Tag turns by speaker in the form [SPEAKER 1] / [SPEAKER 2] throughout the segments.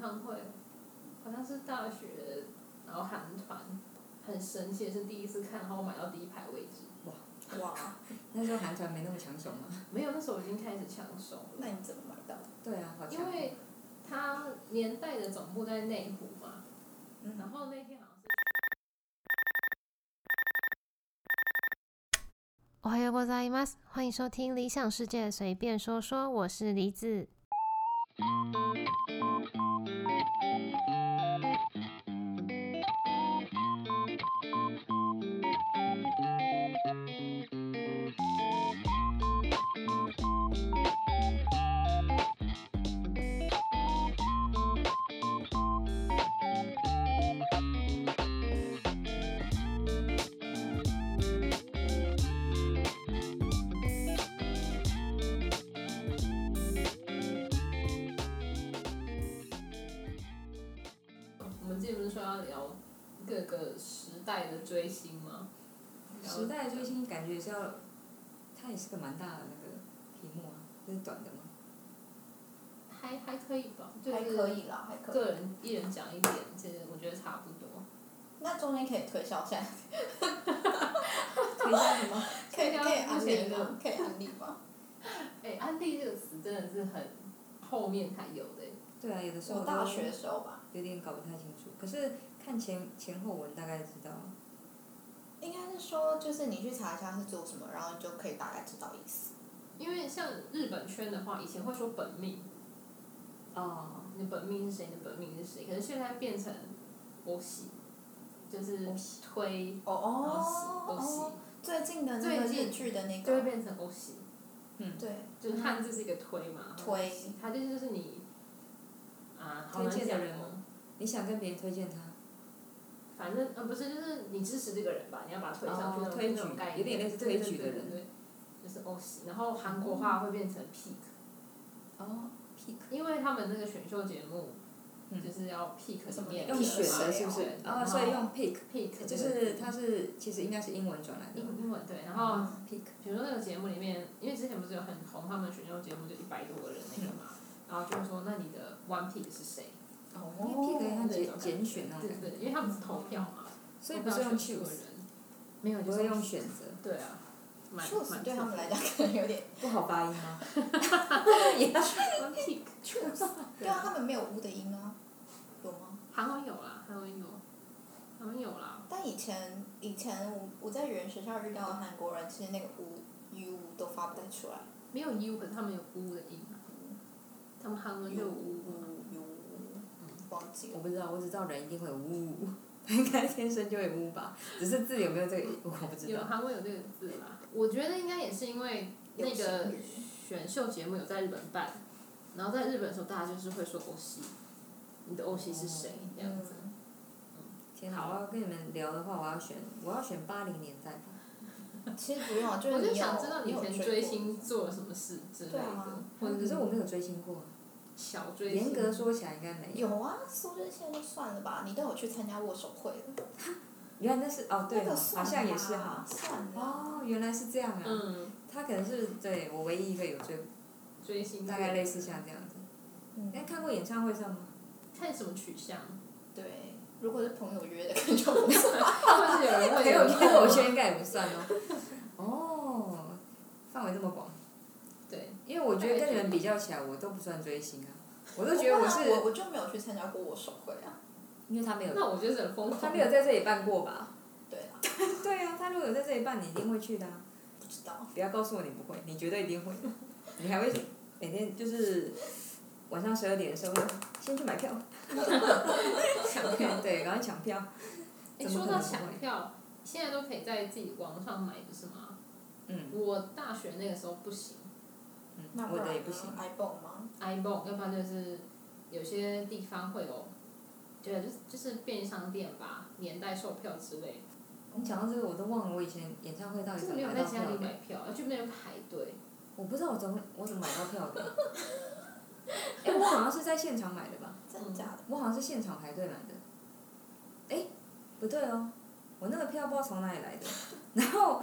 [SPEAKER 1] 唱会，好像是大学，然后韩团，很神奇的是第一次看，然后我买到第一排位置，
[SPEAKER 2] 哇，
[SPEAKER 3] 那时候韩团没那么抢手嘛。
[SPEAKER 1] 没有，那时候我已经开始抢手了。
[SPEAKER 2] 那你怎么买到？
[SPEAKER 3] 对啊，好
[SPEAKER 1] 因
[SPEAKER 3] 强。
[SPEAKER 1] 为他年代的总部在内湖嘛，
[SPEAKER 2] 嗯
[SPEAKER 1] 然后那天好像是
[SPEAKER 4] おはようございます，欢迎收听《理想世界随便说说》，我是梨子。
[SPEAKER 1] 我们之前不是说要聊各个时代的追星吗？
[SPEAKER 3] 时代追星感觉是要，它也是个蛮大的那个题目啊，这是短的吗？
[SPEAKER 1] 还还可以吧，就
[SPEAKER 2] 还
[SPEAKER 1] 是
[SPEAKER 2] 可以啦，还可以。
[SPEAKER 1] 个人一人讲一点，这个我觉得差不多。
[SPEAKER 2] 那中间可以推销一下，
[SPEAKER 3] 推销什么？
[SPEAKER 2] 可以
[SPEAKER 1] 推销
[SPEAKER 2] 可以
[SPEAKER 1] 不
[SPEAKER 2] 安利
[SPEAKER 1] 行的
[SPEAKER 2] 吗？可以安利吗？
[SPEAKER 1] 哎、安利这个词真的是很后面才有的、
[SPEAKER 3] 对啊，有的时候
[SPEAKER 2] 我
[SPEAKER 3] 我
[SPEAKER 2] 大
[SPEAKER 3] 都
[SPEAKER 2] 学的时候吧，
[SPEAKER 3] 有点搞不太清楚，可是看前前后文大概知道。
[SPEAKER 2] 应该是说就是你去查一下是做什么，然后你就可以大概知道意思。
[SPEAKER 1] 因为像日本圈的话，以前会说本命，
[SPEAKER 3] 哦，
[SPEAKER 1] 你的本命是谁，你的本命是谁，可是现在变成我喜，就是推，
[SPEAKER 2] 哦
[SPEAKER 1] 然后喜我
[SPEAKER 2] 哦
[SPEAKER 1] 喜，
[SPEAKER 2] 最近的那个
[SPEAKER 1] 最近
[SPEAKER 2] 日剧的那
[SPEAKER 1] 就会
[SPEAKER 2] 个，
[SPEAKER 1] 变成我喜。
[SPEAKER 2] 对，
[SPEAKER 1] 就是汉字是一个推嘛，
[SPEAKER 2] 推
[SPEAKER 1] 它就是就是你啊，好
[SPEAKER 3] 推
[SPEAKER 1] 难
[SPEAKER 3] 荐
[SPEAKER 1] 讲
[SPEAKER 3] 的人
[SPEAKER 1] 哦
[SPEAKER 3] 吗。你想跟别人推荐他，
[SPEAKER 1] 反正呃不是，就是你支持这个人吧，你要把他推上去
[SPEAKER 3] 哦
[SPEAKER 1] 那种，
[SPEAKER 3] 推举
[SPEAKER 1] 那种概念，
[SPEAKER 3] 有点类似推举的人
[SPEAKER 1] 对，对对对就是欧西。然后韩国话会变成 pick，
[SPEAKER 3] 哦，pick，
[SPEAKER 1] 因为他们那个选秀节目
[SPEAKER 3] 嗯
[SPEAKER 1] 就是要 pick
[SPEAKER 2] 什么
[SPEAKER 1] 里面
[SPEAKER 3] 用选的是不是
[SPEAKER 1] 对？
[SPEAKER 3] 哦，所以用 pick，
[SPEAKER 1] pick
[SPEAKER 3] 就是哦它是其实应该是英文转来的
[SPEAKER 1] 英
[SPEAKER 3] 吧
[SPEAKER 1] 英文对，然
[SPEAKER 3] 嗯
[SPEAKER 1] 后
[SPEAKER 3] ，pick，
[SPEAKER 1] 比如说那个节目里面，因为之前不是有很红，他们选秀节目就一百多个人那个嘛， 然后就说那你的 one pick 是谁？
[SPEAKER 3] 哦，因为 pick 很像
[SPEAKER 1] 对
[SPEAKER 3] 简简选那
[SPEAKER 1] 对
[SPEAKER 3] 种感觉，
[SPEAKER 1] 对，对因为他们是投票嘛，
[SPEAKER 3] 所以不是用
[SPEAKER 1] 去
[SPEAKER 3] choose，
[SPEAKER 1] 没有
[SPEAKER 3] 不
[SPEAKER 1] 就
[SPEAKER 3] 会
[SPEAKER 1] 是
[SPEAKER 3] 用选择，
[SPEAKER 1] 对啊，蛮
[SPEAKER 2] 确实对他们来讲可能有点，
[SPEAKER 3] 不好发音啊
[SPEAKER 1] 蛮
[SPEAKER 3] 吗？
[SPEAKER 1] pick
[SPEAKER 2] 对啊，他们没有污的音啊，有吗？
[SPEAKER 1] 韩文有啦，韩文有，韩文有啦，
[SPEAKER 2] 但以前以前我我在语言学校遇到的韩国人，其实那个 u u 都发不太出来
[SPEAKER 1] 没有 u 可是他们有 u 的音啊，他们韩文就有 u，
[SPEAKER 2] u u，忘记
[SPEAKER 3] 我
[SPEAKER 2] 了。
[SPEAKER 3] 不知道，我只知道人一定会呜， 他应该天生就会呜吧，只是字有没有这个我不知
[SPEAKER 1] 有
[SPEAKER 2] 啊
[SPEAKER 3] 道。
[SPEAKER 1] 韩文有这个字啦。我觉得应该也是因为那个选秀节目有在日本办，然后在日本的时候大家就是会说欧西，你的欧西是谁
[SPEAKER 3] 哦
[SPEAKER 1] 这样子。
[SPEAKER 2] 嗯，
[SPEAKER 3] 天
[SPEAKER 2] 啊
[SPEAKER 3] 哪，我要跟你们聊的话，我要选我要选八零年代吧。
[SPEAKER 2] 其实不用啊，
[SPEAKER 3] 嗯
[SPEAKER 2] 就是
[SPEAKER 1] 我
[SPEAKER 2] 你有
[SPEAKER 1] 就想知道你以
[SPEAKER 2] 有
[SPEAKER 1] 前
[SPEAKER 2] 过
[SPEAKER 1] 追星做了什么事之类
[SPEAKER 2] 对
[SPEAKER 1] 的
[SPEAKER 2] 啊，
[SPEAKER 3] 我可是我没有追星过啊，
[SPEAKER 1] 小追星。
[SPEAKER 3] 严格说起来应该没有。
[SPEAKER 2] 有啊，苏贞宪就算了吧，你都有去参加握手会了，
[SPEAKER 3] 原来那是哦，对哦，
[SPEAKER 2] 那个算
[SPEAKER 3] 好像也
[SPEAKER 2] 吧
[SPEAKER 3] 是哈。
[SPEAKER 2] 算了，
[SPEAKER 3] 哦，原来是这样啊。
[SPEAKER 1] 嗯，
[SPEAKER 3] 他可能是对我唯一一个有追，
[SPEAKER 1] 追星
[SPEAKER 3] 大概类似像这样子。
[SPEAKER 2] 嗯，
[SPEAKER 3] 哎，看过演唱会上吗？
[SPEAKER 1] 看什么取向，
[SPEAKER 2] 对，如果是朋友约的，可能就不算。
[SPEAKER 1] 或是有人
[SPEAKER 3] 朋
[SPEAKER 1] 会
[SPEAKER 3] 友
[SPEAKER 1] 哦有
[SPEAKER 3] 圈，我圈应该也不算哦。 哦，范围这么广。
[SPEAKER 1] 对，
[SPEAKER 3] 因为我觉得跟你们比较起来，我都不算追星啊， 我都觉得
[SPEAKER 2] 不
[SPEAKER 3] 我
[SPEAKER 2] 会啊
[SPEAKER 3] 是，
[SPEAKER 2] 我我就没有去参加过握手会啊，
[SPEAKER 3] 因为他没有，
[SPEAKER 1] 那我觉得是很疯狂。
[SPEAKER 3] 他没有在这里办过吧？
[SPEAKER 2] 对啊，
[SPEAKER 3] 对啊，他如果有在这里办，你一定会去的、啊。
[SPEAKER 2] 不知道，
[SPEAKER 3] 不要告诉我你不会，你绝对一定 会，你还会每天就是晚上十二点的时候先去买 票，抢票，对，赶快抢票。
[SPEAKER 1] 诶
[SPEAKER 3] 怎么
[SPEAKER 1] 说
[SPEAKER 3] 可
[SPEAKER 1] 到
[SPEAKER 3] 能不
[SPEAKER 1] 抢
[SPEAKER 3] 会
[SPEAKER 1] 票，现在都可以在自己网上买，不是吗？
[SPEAKER 3] 嗯，
[SPEAKER 1] 我大学那个时候不行
[SPEAKER 2] 那
[SPEAKER 3] 嗯，
[SPEAKER 2] 不
[SPEAKER 3] 我
[SPEAKER 2] 然
[SPEAKER 3] 的也
[SPEAKER 2] 呢
[SPEAKER 3] 不行。
[SPEAKER 2] ，iPhone 吗？
[SPEAKER 1] ，iPhone，要不然就是有些地方会有，对，就是就是便利商店吧，年代售票之类，
[SPEAKER 3] 你讲到这个，我都忘了我以前演唱会到底
[SPEAKER 1] 就
[SPEAKER 3] 怎
[SPEAKER 1] 是
[SPEAKER 3] 么
[SPEAKER 1] 没有
[SPEAKER 3] 买
[SPEAKER 1] 在
[SPEAKER 3] 到
[SPEAKER 1] 家
[SPEAKER 3] 票
[SPEAKER 1] 里
[SPEAKER 3] 的。
[SPEAKER 1] 买票，要去那边排队。
[SPEAKER 3] 我不知道我怎么我怎么买到票的。哎，我好像是在现场买的吧？
[SPEAKER 2] 真的假的？
[SPEAKER 3] 我好像是现场排队买的。哎，不对哦，我那个票不知道从哪里来的。 然后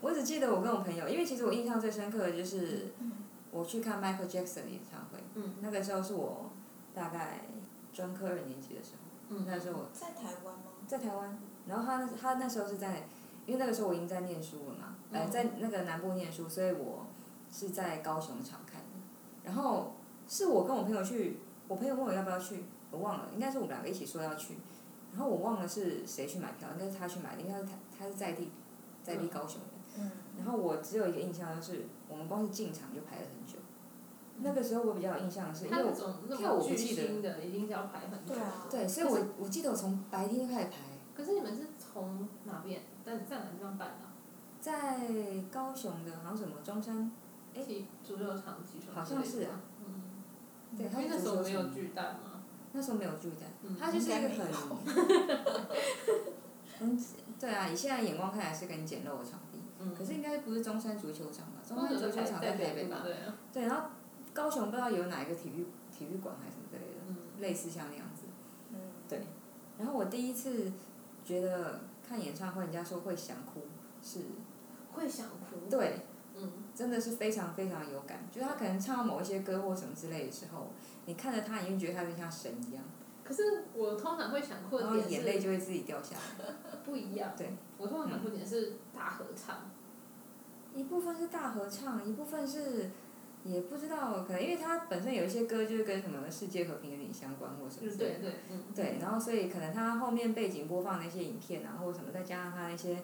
[SPEAKER 3] 我只记得我跟我朋友，因为其实我印象最深刻的就是
[SPEAKER 2] 嗯
[SPEAKER 3] 我去看 Michael Jackson 的演唱会。
[SPEAKER 1] 嗯
[SPEAKER 3] 那个时候是我大概专科二年级的时候，
[SPEAKER 1] 嗯
[SPEAKER 3] 那时候我
[SPEAKER 2] 在台湾吗？
[SPEAKER 3] 在台湾，然后他那他那时候是在，因为那个时候我已经在念书了嘛，呃，
[SPEAKER 1] 嗯
[SPEAKER 3] 在那个南部念书，所以我是在高雄场看的。然后是我跟我朋友去，我朋友问我要不要去，我忘了，应该是我们两个一起说要去，然后我忘了是谁去买票，应该是他去买的，因为他是他他是在地在地
[SPEAKER 1] 嗯
[SPEAKER 3] 高雄的。
[SPEAKER 2] 嗯，
[SPEAKER 3] 然后我只有一个印象就是，我们光是进场就排了很久。那个时候我比较有印象的是，
[SPEAKER 1] 嗯
[SPEAKER 3] 因
[SPEAKER 1] 他
[SPEAKER 3] 为我
[SPEAKER 1] 那种那
[SPEAKER 3] 跳舞
[SPEAKER 1] 种
[SPEAKER 3] 不
[SPEAKER 1] 巨
[SPEAKER 3] 记得
[SPEAKER 1] 星的一定是要排很久
[SPEAKER 2] 对。啊，
[SPEAKER 3] 对，所以我我记得我从白天就开始排。
[SPEAKER 1] 可是你们是从哪边在在哪地方办的啊？
[SPEAKER 3] 在高雄的，好像什么中山，哎
[SPEAKER 1] 踢足球场、踢球场
[SPEAKER 3] 好像是啊
[SPEAKER 1] 嗯，
[SPEAKER 3] 对，
[SPEAKER 1] 因
[SPEAKER 3] 他
[SPEAKER 1] 为
[SPEAKER 3] 是
[SPEAKER 1] 那时
[SPEAKER 3] 足
[SPEAKER 1] 候
[SPEAKER 3] 球
[SPEAKER 1] 没有
[SPEAKER 3] 场
[SPEAKER 1] 巨蛋嘛。
[SPEAKER 3] 那时候没有住在，
[SPEAKER 1] 嗯
[SPEAKER 3] 他就是一个
[SPEAKER 2] 应该没
[SPEAKER 3] 很， 嗯，对啊，以现在眼光看来是个很简陋的场地，
[SPEAKER 1] 嗯。
[SPEAKER 3] 可是应该不是中山足球场吧？中
[SPEAKER 1] 或
[SPEAKER 3] 山
[SPEAKER 1] 者
[SPEAKER 3] 足
[SPEAKER 1] 是
[SPEAKER 3] 球场
[SPEAKER 1] 在
[SPEAKER 3] 在北北吧？
[SPEAKER 1] 对啊。
[SPEAKER 3] 对，然后高雄不知道有哪一个体育体育馆还是什么之类的，
[SPEAKER 1] 嗯。
[SPEAKER 3] 类似像那样子。
[SPEAKER 2] 嗯，
[SPEAKER 3] 对，然后我第一次觉得看演唱会，人家说会想哭，是
[SPEAKER 1] 会想哭。。
[SPEAKER 3] 对，
[SPEAKER 1] 嗯。
[SPEAKER 3] 真的是非常非常有感，就是他可能唱到某一些歌或什么之类的时候，你看着他，你就觉得他就像神一样，
[SPEAKER 1] 可是我通常会想哭
[SPEAKER 3] 然
[SPEAKER 1] 的
[SPEAKER 3] 后
[SPEAKER 1] 点是
[SPEAKER 3] 眼泪就会自己掉下来。
[SPEAKER 1] 不一样。
[SPEAKER 3] 对。
[SPEAKER 1] 我通常想哭点是大合唱。
[SPEAKER 3] 一部分是大合唱，一部分是也不知道，可能因为他本身有一些歌就是跟什么世界和平有点相关或什么
[SPEAKER 1] 嗯，
[SPEAKER 3] 之类
[SPEAKER 1] 对
[SPEAKER 3] 的。
[SPEAKER 1] 对，嗯。
[SPEAKER 3] 对，然后所以可能他后面背景播放那些影片啊，或者什么，再加上他那些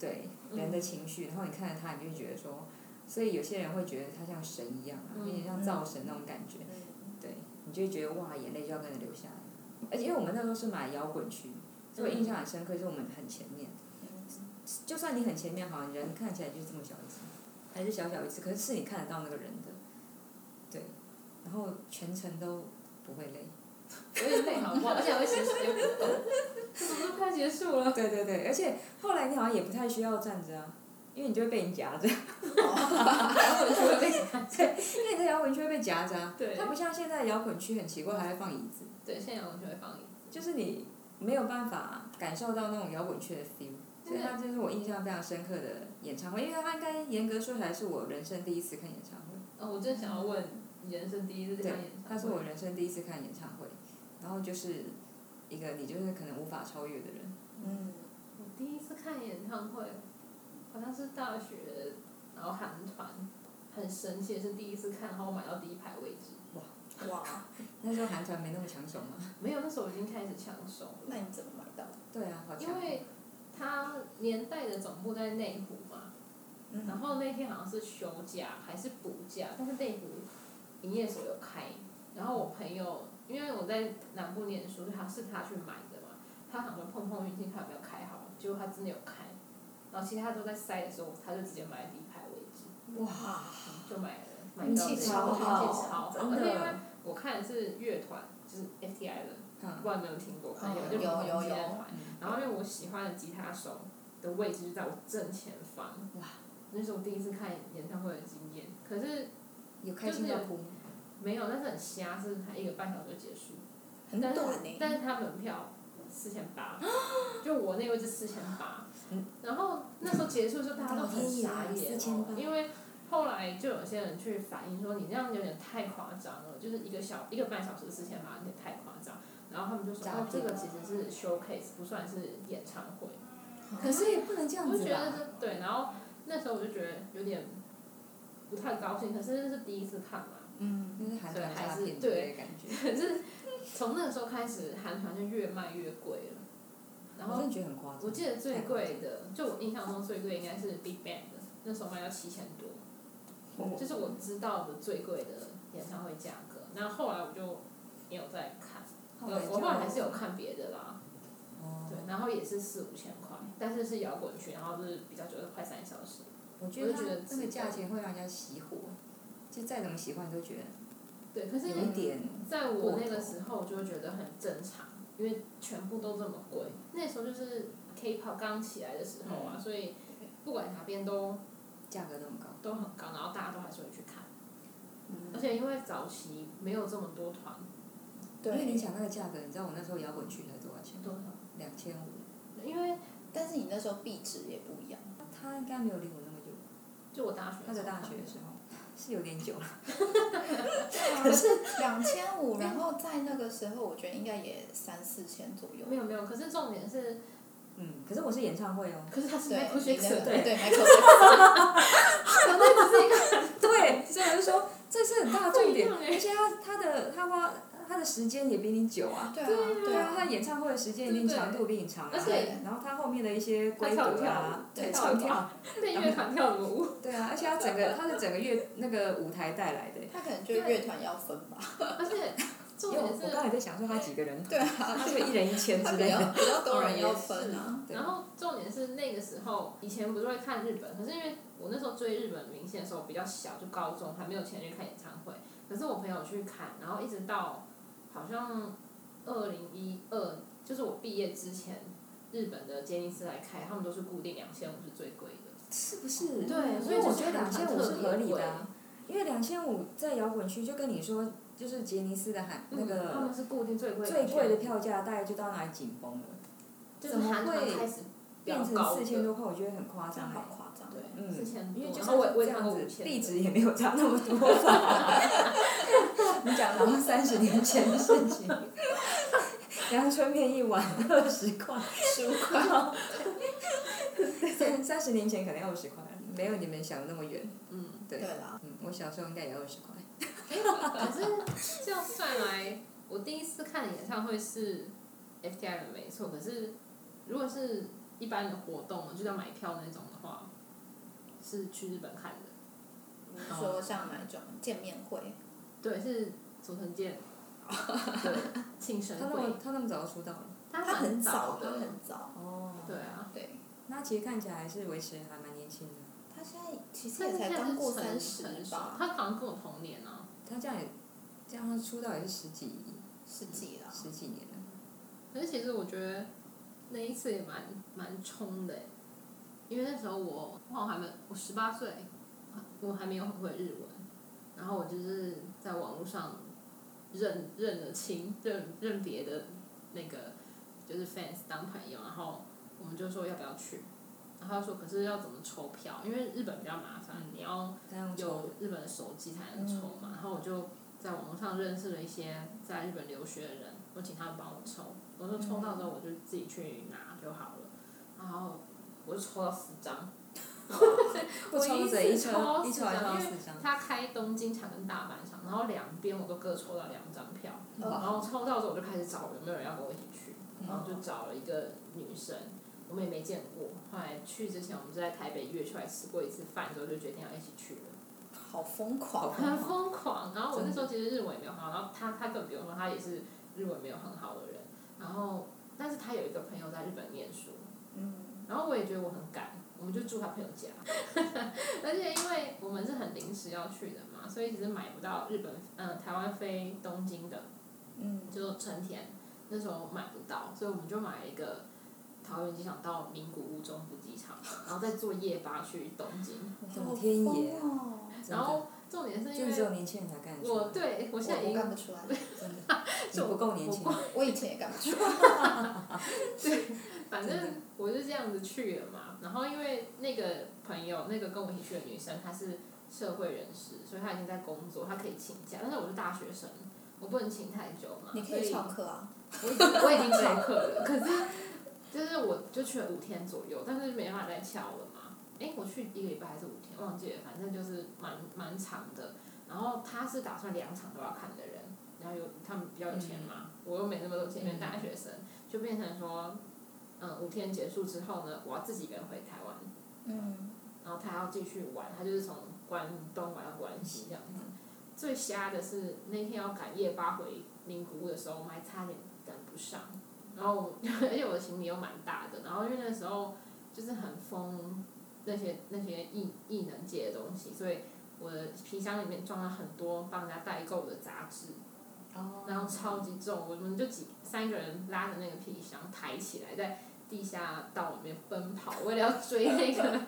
[SPEAKER 3] 对人的情绪，然后你看着他，你就会觉得说，所以有些人会觉得他像神一样啊，有点像造神那种感觉。
[SPEAKER 2] 嗯，
[SPEAKER 3] 对，你就会觉得哇，眼泪就要跟着流下来。而且因为我们那时候是买摇滚区，所以我印象很深刻，是我们很前面。
[SPEAKER 2] 嗯
[SPEAKER 3] 就算你很前面，好像人看起来就是这么小一只，还是小小一只，可是是你看得到那个人的，对。然后全程都不会累。
[SPEAKER 1] 有点累，好不好？ 而且我会写写不动。这怎么都快结束了？
[SPEAKER 3] 对对对，而且后来你好像也不太需要站着啊，因为你就会被人夹着， 因为你在摇滚区会被夹着啊。
[SPEAKER 1] 对
[SPEAKER 3] 它不像现在摇滚区很奇怪，还会放椅子，
[SPEAKER 1] 对，现在我就会放一。
[SPEAKER 3] 就是你没有办法感受到那种摇滚区的 feel。所以它就是我印象非常深刻的演唱会，因为它应该严格说起来是我人生第一次看演唱会，
[SPEAKER 1] 哦，我真的想要问你人生第一次看
[SPEAKER 3] 对
[SPEAKER 1] 演唱，会。
[SPEAKER 3] 它是我人生第一次看演唱会，然后就是一个你就是可能无法超越的人，
[SPEAKER 2] 嗯，
[SPEAKER 1] 我第一次看演唱会，好像是大学，然后韩团，很神奇的是第一次看，然后我买到第一排位置。
[SPEAKER 2] 哇，
[SPEAKER 3] 那时候韩团没那么抢手嘛，
[SPEAKER 1] 没有，那时候我已经开始抢手了，
[SPEAKER 2] 那你怎么买到？
[SPEAKER 3] 对啊，好抢
[SPEAKER 1] 因，为他年代的总部在内湖嘛，然
[SPEAKER 2] 嗯，
[SPEAKER 1] 后那天好像是休假还是补假，但是内湖营业所有开，然后我朋友因为我在南部念书，他是他去买的嘛，他想说碰碰运气看有没有开好，结果他真的有开，然后其他都在塞的时候，他就直接买了第一排位置。
[SPEAKER 3] 哇，
[SPEAKER 1] 就买了，买到
[SPEAKER 2] 运气
[SPEAKER 1] 这个
[SPEAKER 2] 超好
[SPEAKER 1] 运气超好，
[SPEAKER 2] 真
[SPEAKER 1] 而
[SPEAKER 2] 的
[SPEAKER 1] 且因为我看的是乐团，就是 FTI 的，不知
[SPEAKER 3] 嗯，
[SPEAKER 1] 道你有没有听过，反正
[SPEAKER 2] 嗯
[SPEAKER 1] 就
[SPEAKER 2] 有
[SPEAKER 1] 是
[SPEAKER 2] 有
[SPEAKER 1] 民间
[SPEAKER 2] 有
[SPEAKER 1] 团。然后因为我喜欢的吉他手的位置就在我正前方，
[SPEAKER 3] 哇，
[SPEAKER 1] 那是我第一次看演唱会的经验。可是
[SPEAKER 3] 有开心到哭吗，
[SPEAKER 1] 没有，但是很瞎，是它一个半小时就结束，
[SPEAKER 2] 很
[SPEAKER 1] 但
[SPEAKER 2] 短
[SPEAKER 1] 是
[SPEAKER 2] 呢，
[SPEAKER 1] 但是它门票四千八，就我那位置四千八
[SPEAKER 3] 嗯，
[SPEAKER 1] 然后那时候结束的时候大家都很傻眼哦
[SPEAKER 3] 4800，
[SPEAKER 1] 因为后来就有些人去反映说你这样有点太夸张了，就是一个小一个半小时四千八有点太夸张，然后他们就说
[SPEAKER 3] 诈
[SPEAKER 1] 哦这
[SPEAKER 3] 骗
[SPEAKER 1] 个其实是 showcase 不算是演唱会，
[SPEAKER 3] 可是 也不能这样
[SPEAKER 1] 我就
[SPEAKER 3] 子
[SPEAKER 1] 觉得
[SPEAKER 3] 吧，
[SPEAKER 1] 这对，然后那时候我就觉得有点不太高兴，可是那是第一次看嘛，
[SPEAKER 2] 嗯，
[SPEAKER 3] 就是韩团诈骗之
[SPEAKER 1] 对
[SPEAKER 3] 类的感觉，
[SPEAKER 1] 可是从那个时候开始韩团就越卖越贵了， 然
[SPEAKER 3] 我
[SPEAKER 1] 后
[SPEAKER 3] 真的觉得很夸
[SPEAKER 1] 我
[SPEAKER 3] 张，
[SPEAKER 1] 记得最贵的，就我印象中最贵应该是 Big Bang 的，那时候卖到七千多，
[SPEAKER 3] 我
[SPEAKER 1] 这是我知道的最贵的演唱会价格。那后来我就没有再看，
[SPEAKER 3] 后来
[SPEAKER 1] 我
[SPEAKER 3] 就
[SPEAKER 1] 我后来还是有看别的啦，
[SPEAKER 3] 哦
[SPEAKER 1] 对，然后也是四五千块，但是是摇滚区，然后就是比较久，快三小时。
[SPEAKER 3] 我觉
[SPEAKER 1] 我
[SPEAKER 3] 得
[SPEAKER 1] 就觉得
[SPEAKER 3] 它那
[SPEAKER 1] 值
[SPEAKER 3] 个
[SPEAKER 1] 得
[SPEAKER 3] 价钱会让人家熄火，就再怎么喜欢都觉得
[SPEAKER 1] 对，可是
[SPEAKER 3] 有一点，
[SPEAKER 1] 在我那个时候，我就会觉得很正常，因为全部都这么贵。那时候就是 K-pop 刚起来的时候
[SPEAKER 3] 嗯
[SPEAKER 1] 啊，所以不管哪边都
[SPEAKER 3] 价格都很高。
[SPEAKER 1] 都很高，然后大家都还是会去看。而且因为早期没有这么多团，
[SPEAKER 3] 因为你
[SPEAKER 2] 对，
[SPEAKER 3] 想那个价格，你知道我那时候摇滚区才多少钱？
[SPEAKER 1] 多少？
[SPEAKER 3] 两千五。
[SPEAKER 1] 因为
[SPEAKER 2] 但是你那时候壁纸也不一样，
[SPEAKER 3] 他应该没有离我那么久，
[SPEAKER 1] 就我大学，
[SPEAKER 3] 他在大学的时候。是有点久了，
[SPEAKER 2] 可啊是两千五，然后在那个时候，我觉得应该也三四千左右。
[SPEAKER 1] 没有没有，可是重点是，
[SPEAKER 3] 嗯，可是我是演唱会哦，
[SPEAKER 1] 可是他是
[SPEAKER 2] 对
[SPEAKER 1] Michael，Jackson，
[SPEAKER 3] 对
[SPEAKER 2] 对对，Michael
[SPEAKER 1] 然后那只是一个
[SPEAKER 3] 对，所以我就说这是很大重点，
[SPEAKER 1] 不一样欸
[SPEAKER 3] 而且他他的他花他的时间也比你久啊
[SPEAKER 2] Jackson，，对啊对
[SPEAKER 3] 对啊，他
[SPEAKER 2] 啊，
[SPEAKER 3] 演唱会的时间一定
[SPEAKER 1] 对对
[SPEAKER 3] 长度比你长啊，
[SPEAKER 1] 而且
[SPEAKER 3] 然后他后面的一些规
[SPEAKER 1] 他跳舞
[SPEAKER 3] 格
[SPEAKER 1] 跳舞
[SPEAKER 3] 啊，
[SPEAKER 1] 对
[SPEAKER 3] 对，
[SPEAKER 1] 跳舞
[SPEAKER 3] 唱跳，
[SPEAKER 1] 对乐团跳什么舞？
[SPEAKER 3] 对啊，而且他整个他的整个乐那个舞台带来的，
[SPEAKER 2] 他可能就是乐团要分吧，
[SPEAKER 1] 而且重
[SPEAKER 3] 因为我
[SPEAKER 1] 点
[SPEAKER 3] 我
[SPEAKER 1] 是，
[SPEAKER 3] 刚才在想说他几个人，
[SPEAKER 2] 对啊，
[SPEAKER 3] 他就一人一千
[SPEAKER 2] 他
[SPEAKER 3] 之
[SPEAKER 2] 比
[SPEAKER 3] 类
[SPEAKER 2] 较
[SPEAKER 3] 的，
[SPEAKER 2] 比较多人要分啊。
[SPEAKER 3] 对
[SPEAKER 1] 然后重点是那个时候，以前不是会看日本，可是因为我那时候追日本明星的时候比较小，就高中还没有钱去看演唱会。可是我朋友去看，然后一直到好像二零一二，就是我毕业之前，日本的杰尼斯来开，他们都是固定两千五是最贵的。
[SPEAKER 3] 是不是？
[SPEAKER 1] 对
[SPEAKER 3] 所以我
[SPEAKER 1] 就是
[SPEAKER 3] 觉得两
[SPEAKER 1] 很
[SPEAKER 3] 千五是合理的啊
[SPEAKER 1] 很，
[SPEAKER 3] 因为两千五在摇滚区就跟你说，就是杰尼斯的喊那
[SPEAKER 1] 嗯他
[SPEAKER 3] 个
[SPEAKER 1] 们是固定最贵
[SPEAKER 3] 最贵的
[SPEAKER 1] 票，
[SPEAKER 3] 票价大概就到哪里紧绷了，
[SPEAKER 1] 就是韩团开始比较
[SPEAKER 3] 变成
[SPEAKER 1] 高
[SPEAKER 3] 四千多块，我觉得很夸
[SPEAKER 2] 这
[SPEAKER 3] 张
[SPEAKER 2] 样好
[SPEAKER 3] 哎。
[SPEAKER 2] 夸 张，
[SPEAKER 1] 对，
[SPEAKER 3] 嗯
[SPEAKER 1] 四千多。
[SPEAKER 3] 因为就
[SPEAKER 1] 然
[SPEAKER 3] 是
[SPEAKER 1] 后我我
[SPEAKER 3] 这
[SPEAKER 1] 也看
[SPEAKER 3] 样
[SPEAKER 1] 过
[SPEAKER 3] 子
[SPEAKER 1] 五，千，
[SPEAKER 3] 币值也没有差那么 多吧？你讲好像三十年前的事情，阳春面一碗二十块，
[SPEAKER 2] 十五块。
[SPEAKER 3] 三三十年前可能要二十块，没有你们想的那么远。
[SPEAKER 1] 嗯。
[SPEAKER 3] 对
[SPEAKER 2] 对啦，
[SPEAKER 3] 嗯，我小时候应该也二十块。
[SPEAKER 1] 可是这样算来，我第一次看演唱会是 FTI 的没错，可是如果是一般的活动，就是要买票那种的话，是去日本看的。
[SPEAKER 2] 你说像哪种见面会？
[SPEAKER 1] 对，是佐藤健，
[SPEAKER 3] 对，
[SPEAKER 1] 庆生
[SPEAKER 3] 他那
[SPEAKER 1] 会
[SPEAKER 3] 么，他那么早就出道了。
[SPEAKER 1] 他
[SPEAKER 2] 他很
[SPEAKER 1] 蛮
[SPEAKER 2] 早，他
[SPEAKER 1] 的，
[SPEAKER 2] 很早，
[SPEAKER 3] 哦
[SPEAKER 1] 对啊，
[SPEAKER 2] 对。
[SPEAKER 3] 那其实看起来还是维持还蛮年轻的。
[SPEAKER 2] 他现在其实
[SPEAKER 1] 但
[SPEAKER 2] 也
[SPEAKER 1] 是
[SPEAKER 2] 才
[SPEAKER 1] 现在
[SPEAKER 2] 刚
[SPEAKER 1] 是
[SPEAKER 2] 过
[SPEAKER 1] 成
[SPEAKER 2] 三十
[SPEAKER 1] 成熟
[SPEAKER 2] 吧，
[SPEAKER 1] 他好像跟我同年啊，
[SPEAKER 3] 他这样也，这样他出道也是十几
[SPEAKER 2] 十几了。
[SPEAKER 3] 十几年了。
[SPEAKER 1] 可是其实我觉得那一次也蛮蛮冲的欸，因为那时候我哦我好像还没我十八岁，我还没有很会日文，然后我就是在网络上认认了亲认认别的那个就是 fans 当朋友，然后我们就说要不要去，然后他说可是要怎么抽票，因为日本比较麻烦，你要
[SPEAKER 3] 他用抽
[SPEAKER 1] 有日本的手机才能抽嘛，然后我就在网络上认识了一些在日本留学的人，我请他们帮我抽，我说抽到之后我就自己去拿就好了，然后我就抽到四张，
[SPEAKER 3] 不抽者一抽一抽还抽到
[SPEAKER 1] 因为
[SPEAKER 3] 四张。
[SPEAKER 1] 他开东京场跟大阪场，然后两边我都各抽到两张票，然后
[SPEAKER 2] 哦
[SPEAKER 1] 抽到之后我就开始找有没有人要跟我一起去，然后就找了一个女生，我们也没见过，后来去之前我们就在台北约出来吃过一次饭之后就决定要一起去了。
[SPEAKER 2] 好疯狂啊！
[SPEAKER 1] 很疯狂。然后我那
[SPEAKER 3] 真的
[SPEAKER 1] 时候其实日文也没有很好，然后他他更不用说，他也是日文没有很好的人。然后，但是他有一个朋友在日本念书，
[SPEAKER 2] 嗯，
[SPEAKER 1] 然后我也觉得我很赶，我们就住他朋友家， 而且因为我们是很临时要去的嘛，所以其实买不到日本嗯、台湾飞东京的，
[SPEAKER 2] 嗯，
[SPEAKER 1] 就是成田那时候买不到，所以我们就买了一个。桃园机场到名古屋中部机场，然后再坐夜巴去东京。
[SPEAKER 3] 怎么天野啊
[SPEAKER 2] 好疯哦！
[SPEAKER 3] 真
[SPEAKER 1] 然
[SPEAKER 3] 的，
[SPEAKER 1] 后重点是因
[SPEAKER 3] 就只有
[SPEAKER 1] 为
[SPEAKER 3] 年轻人才干得出来。
[SPEAKER 1] 我对我现在
[SPEAKER 2] 我
[SPEAKER 1] 已
[SPEAKER 2] 我
[SPEAKER 1] 经
[SPEAKER 2] 干不出来，
[SPEAKER 3] 真的，你不够年轻
[SPEAKER 1] 我。
[SPEAKER 2] 我以前也干不出来。
[SPEAKER 1] 反正我就这样子去了嘛。然后因为那个朋友，那个跟我一起去的女生，她是社会人士，所以她已经在工作，她可以请假。但是我是大学生，我不能请太久嘛。
[SPEAKER 2] 你可以翘课啊，
[SPEAKER 1] 所以我已经我 已经翘课了，可是就是我就去了五天左右，但是没办法再翘了嘛。诶，我去一个礼拜还是五天，忘记了，反正就是蛮蛮长的。然后他是打算两场都要看的人，然后有他们比较有钱嘛，我又没那么多钱，因为大学生，就变成说，嗯，五天结束之后呢，我要自己一个人回台湾，
[SPEAKER 2] 嗯，
[SPEAKER 1] 然后他还要继续玩，他就是从关东玩到关西这样子。最瞎的是那天要赶夜巴回名古屋的时候，我们还差点赶不上。然后我， 而且我的行李又蛮大的，然后因为那时候就是很疯那些那些异异能界的东西，所以我的皮箱里面装了很多帮人家代购的杂志，然后
[SPEAKER 3] 哦。
[SPEAKER 1] 超级重，我们就几三个人拉着那个皮箱抬起来，在地下道里面奔跑，为了要追那个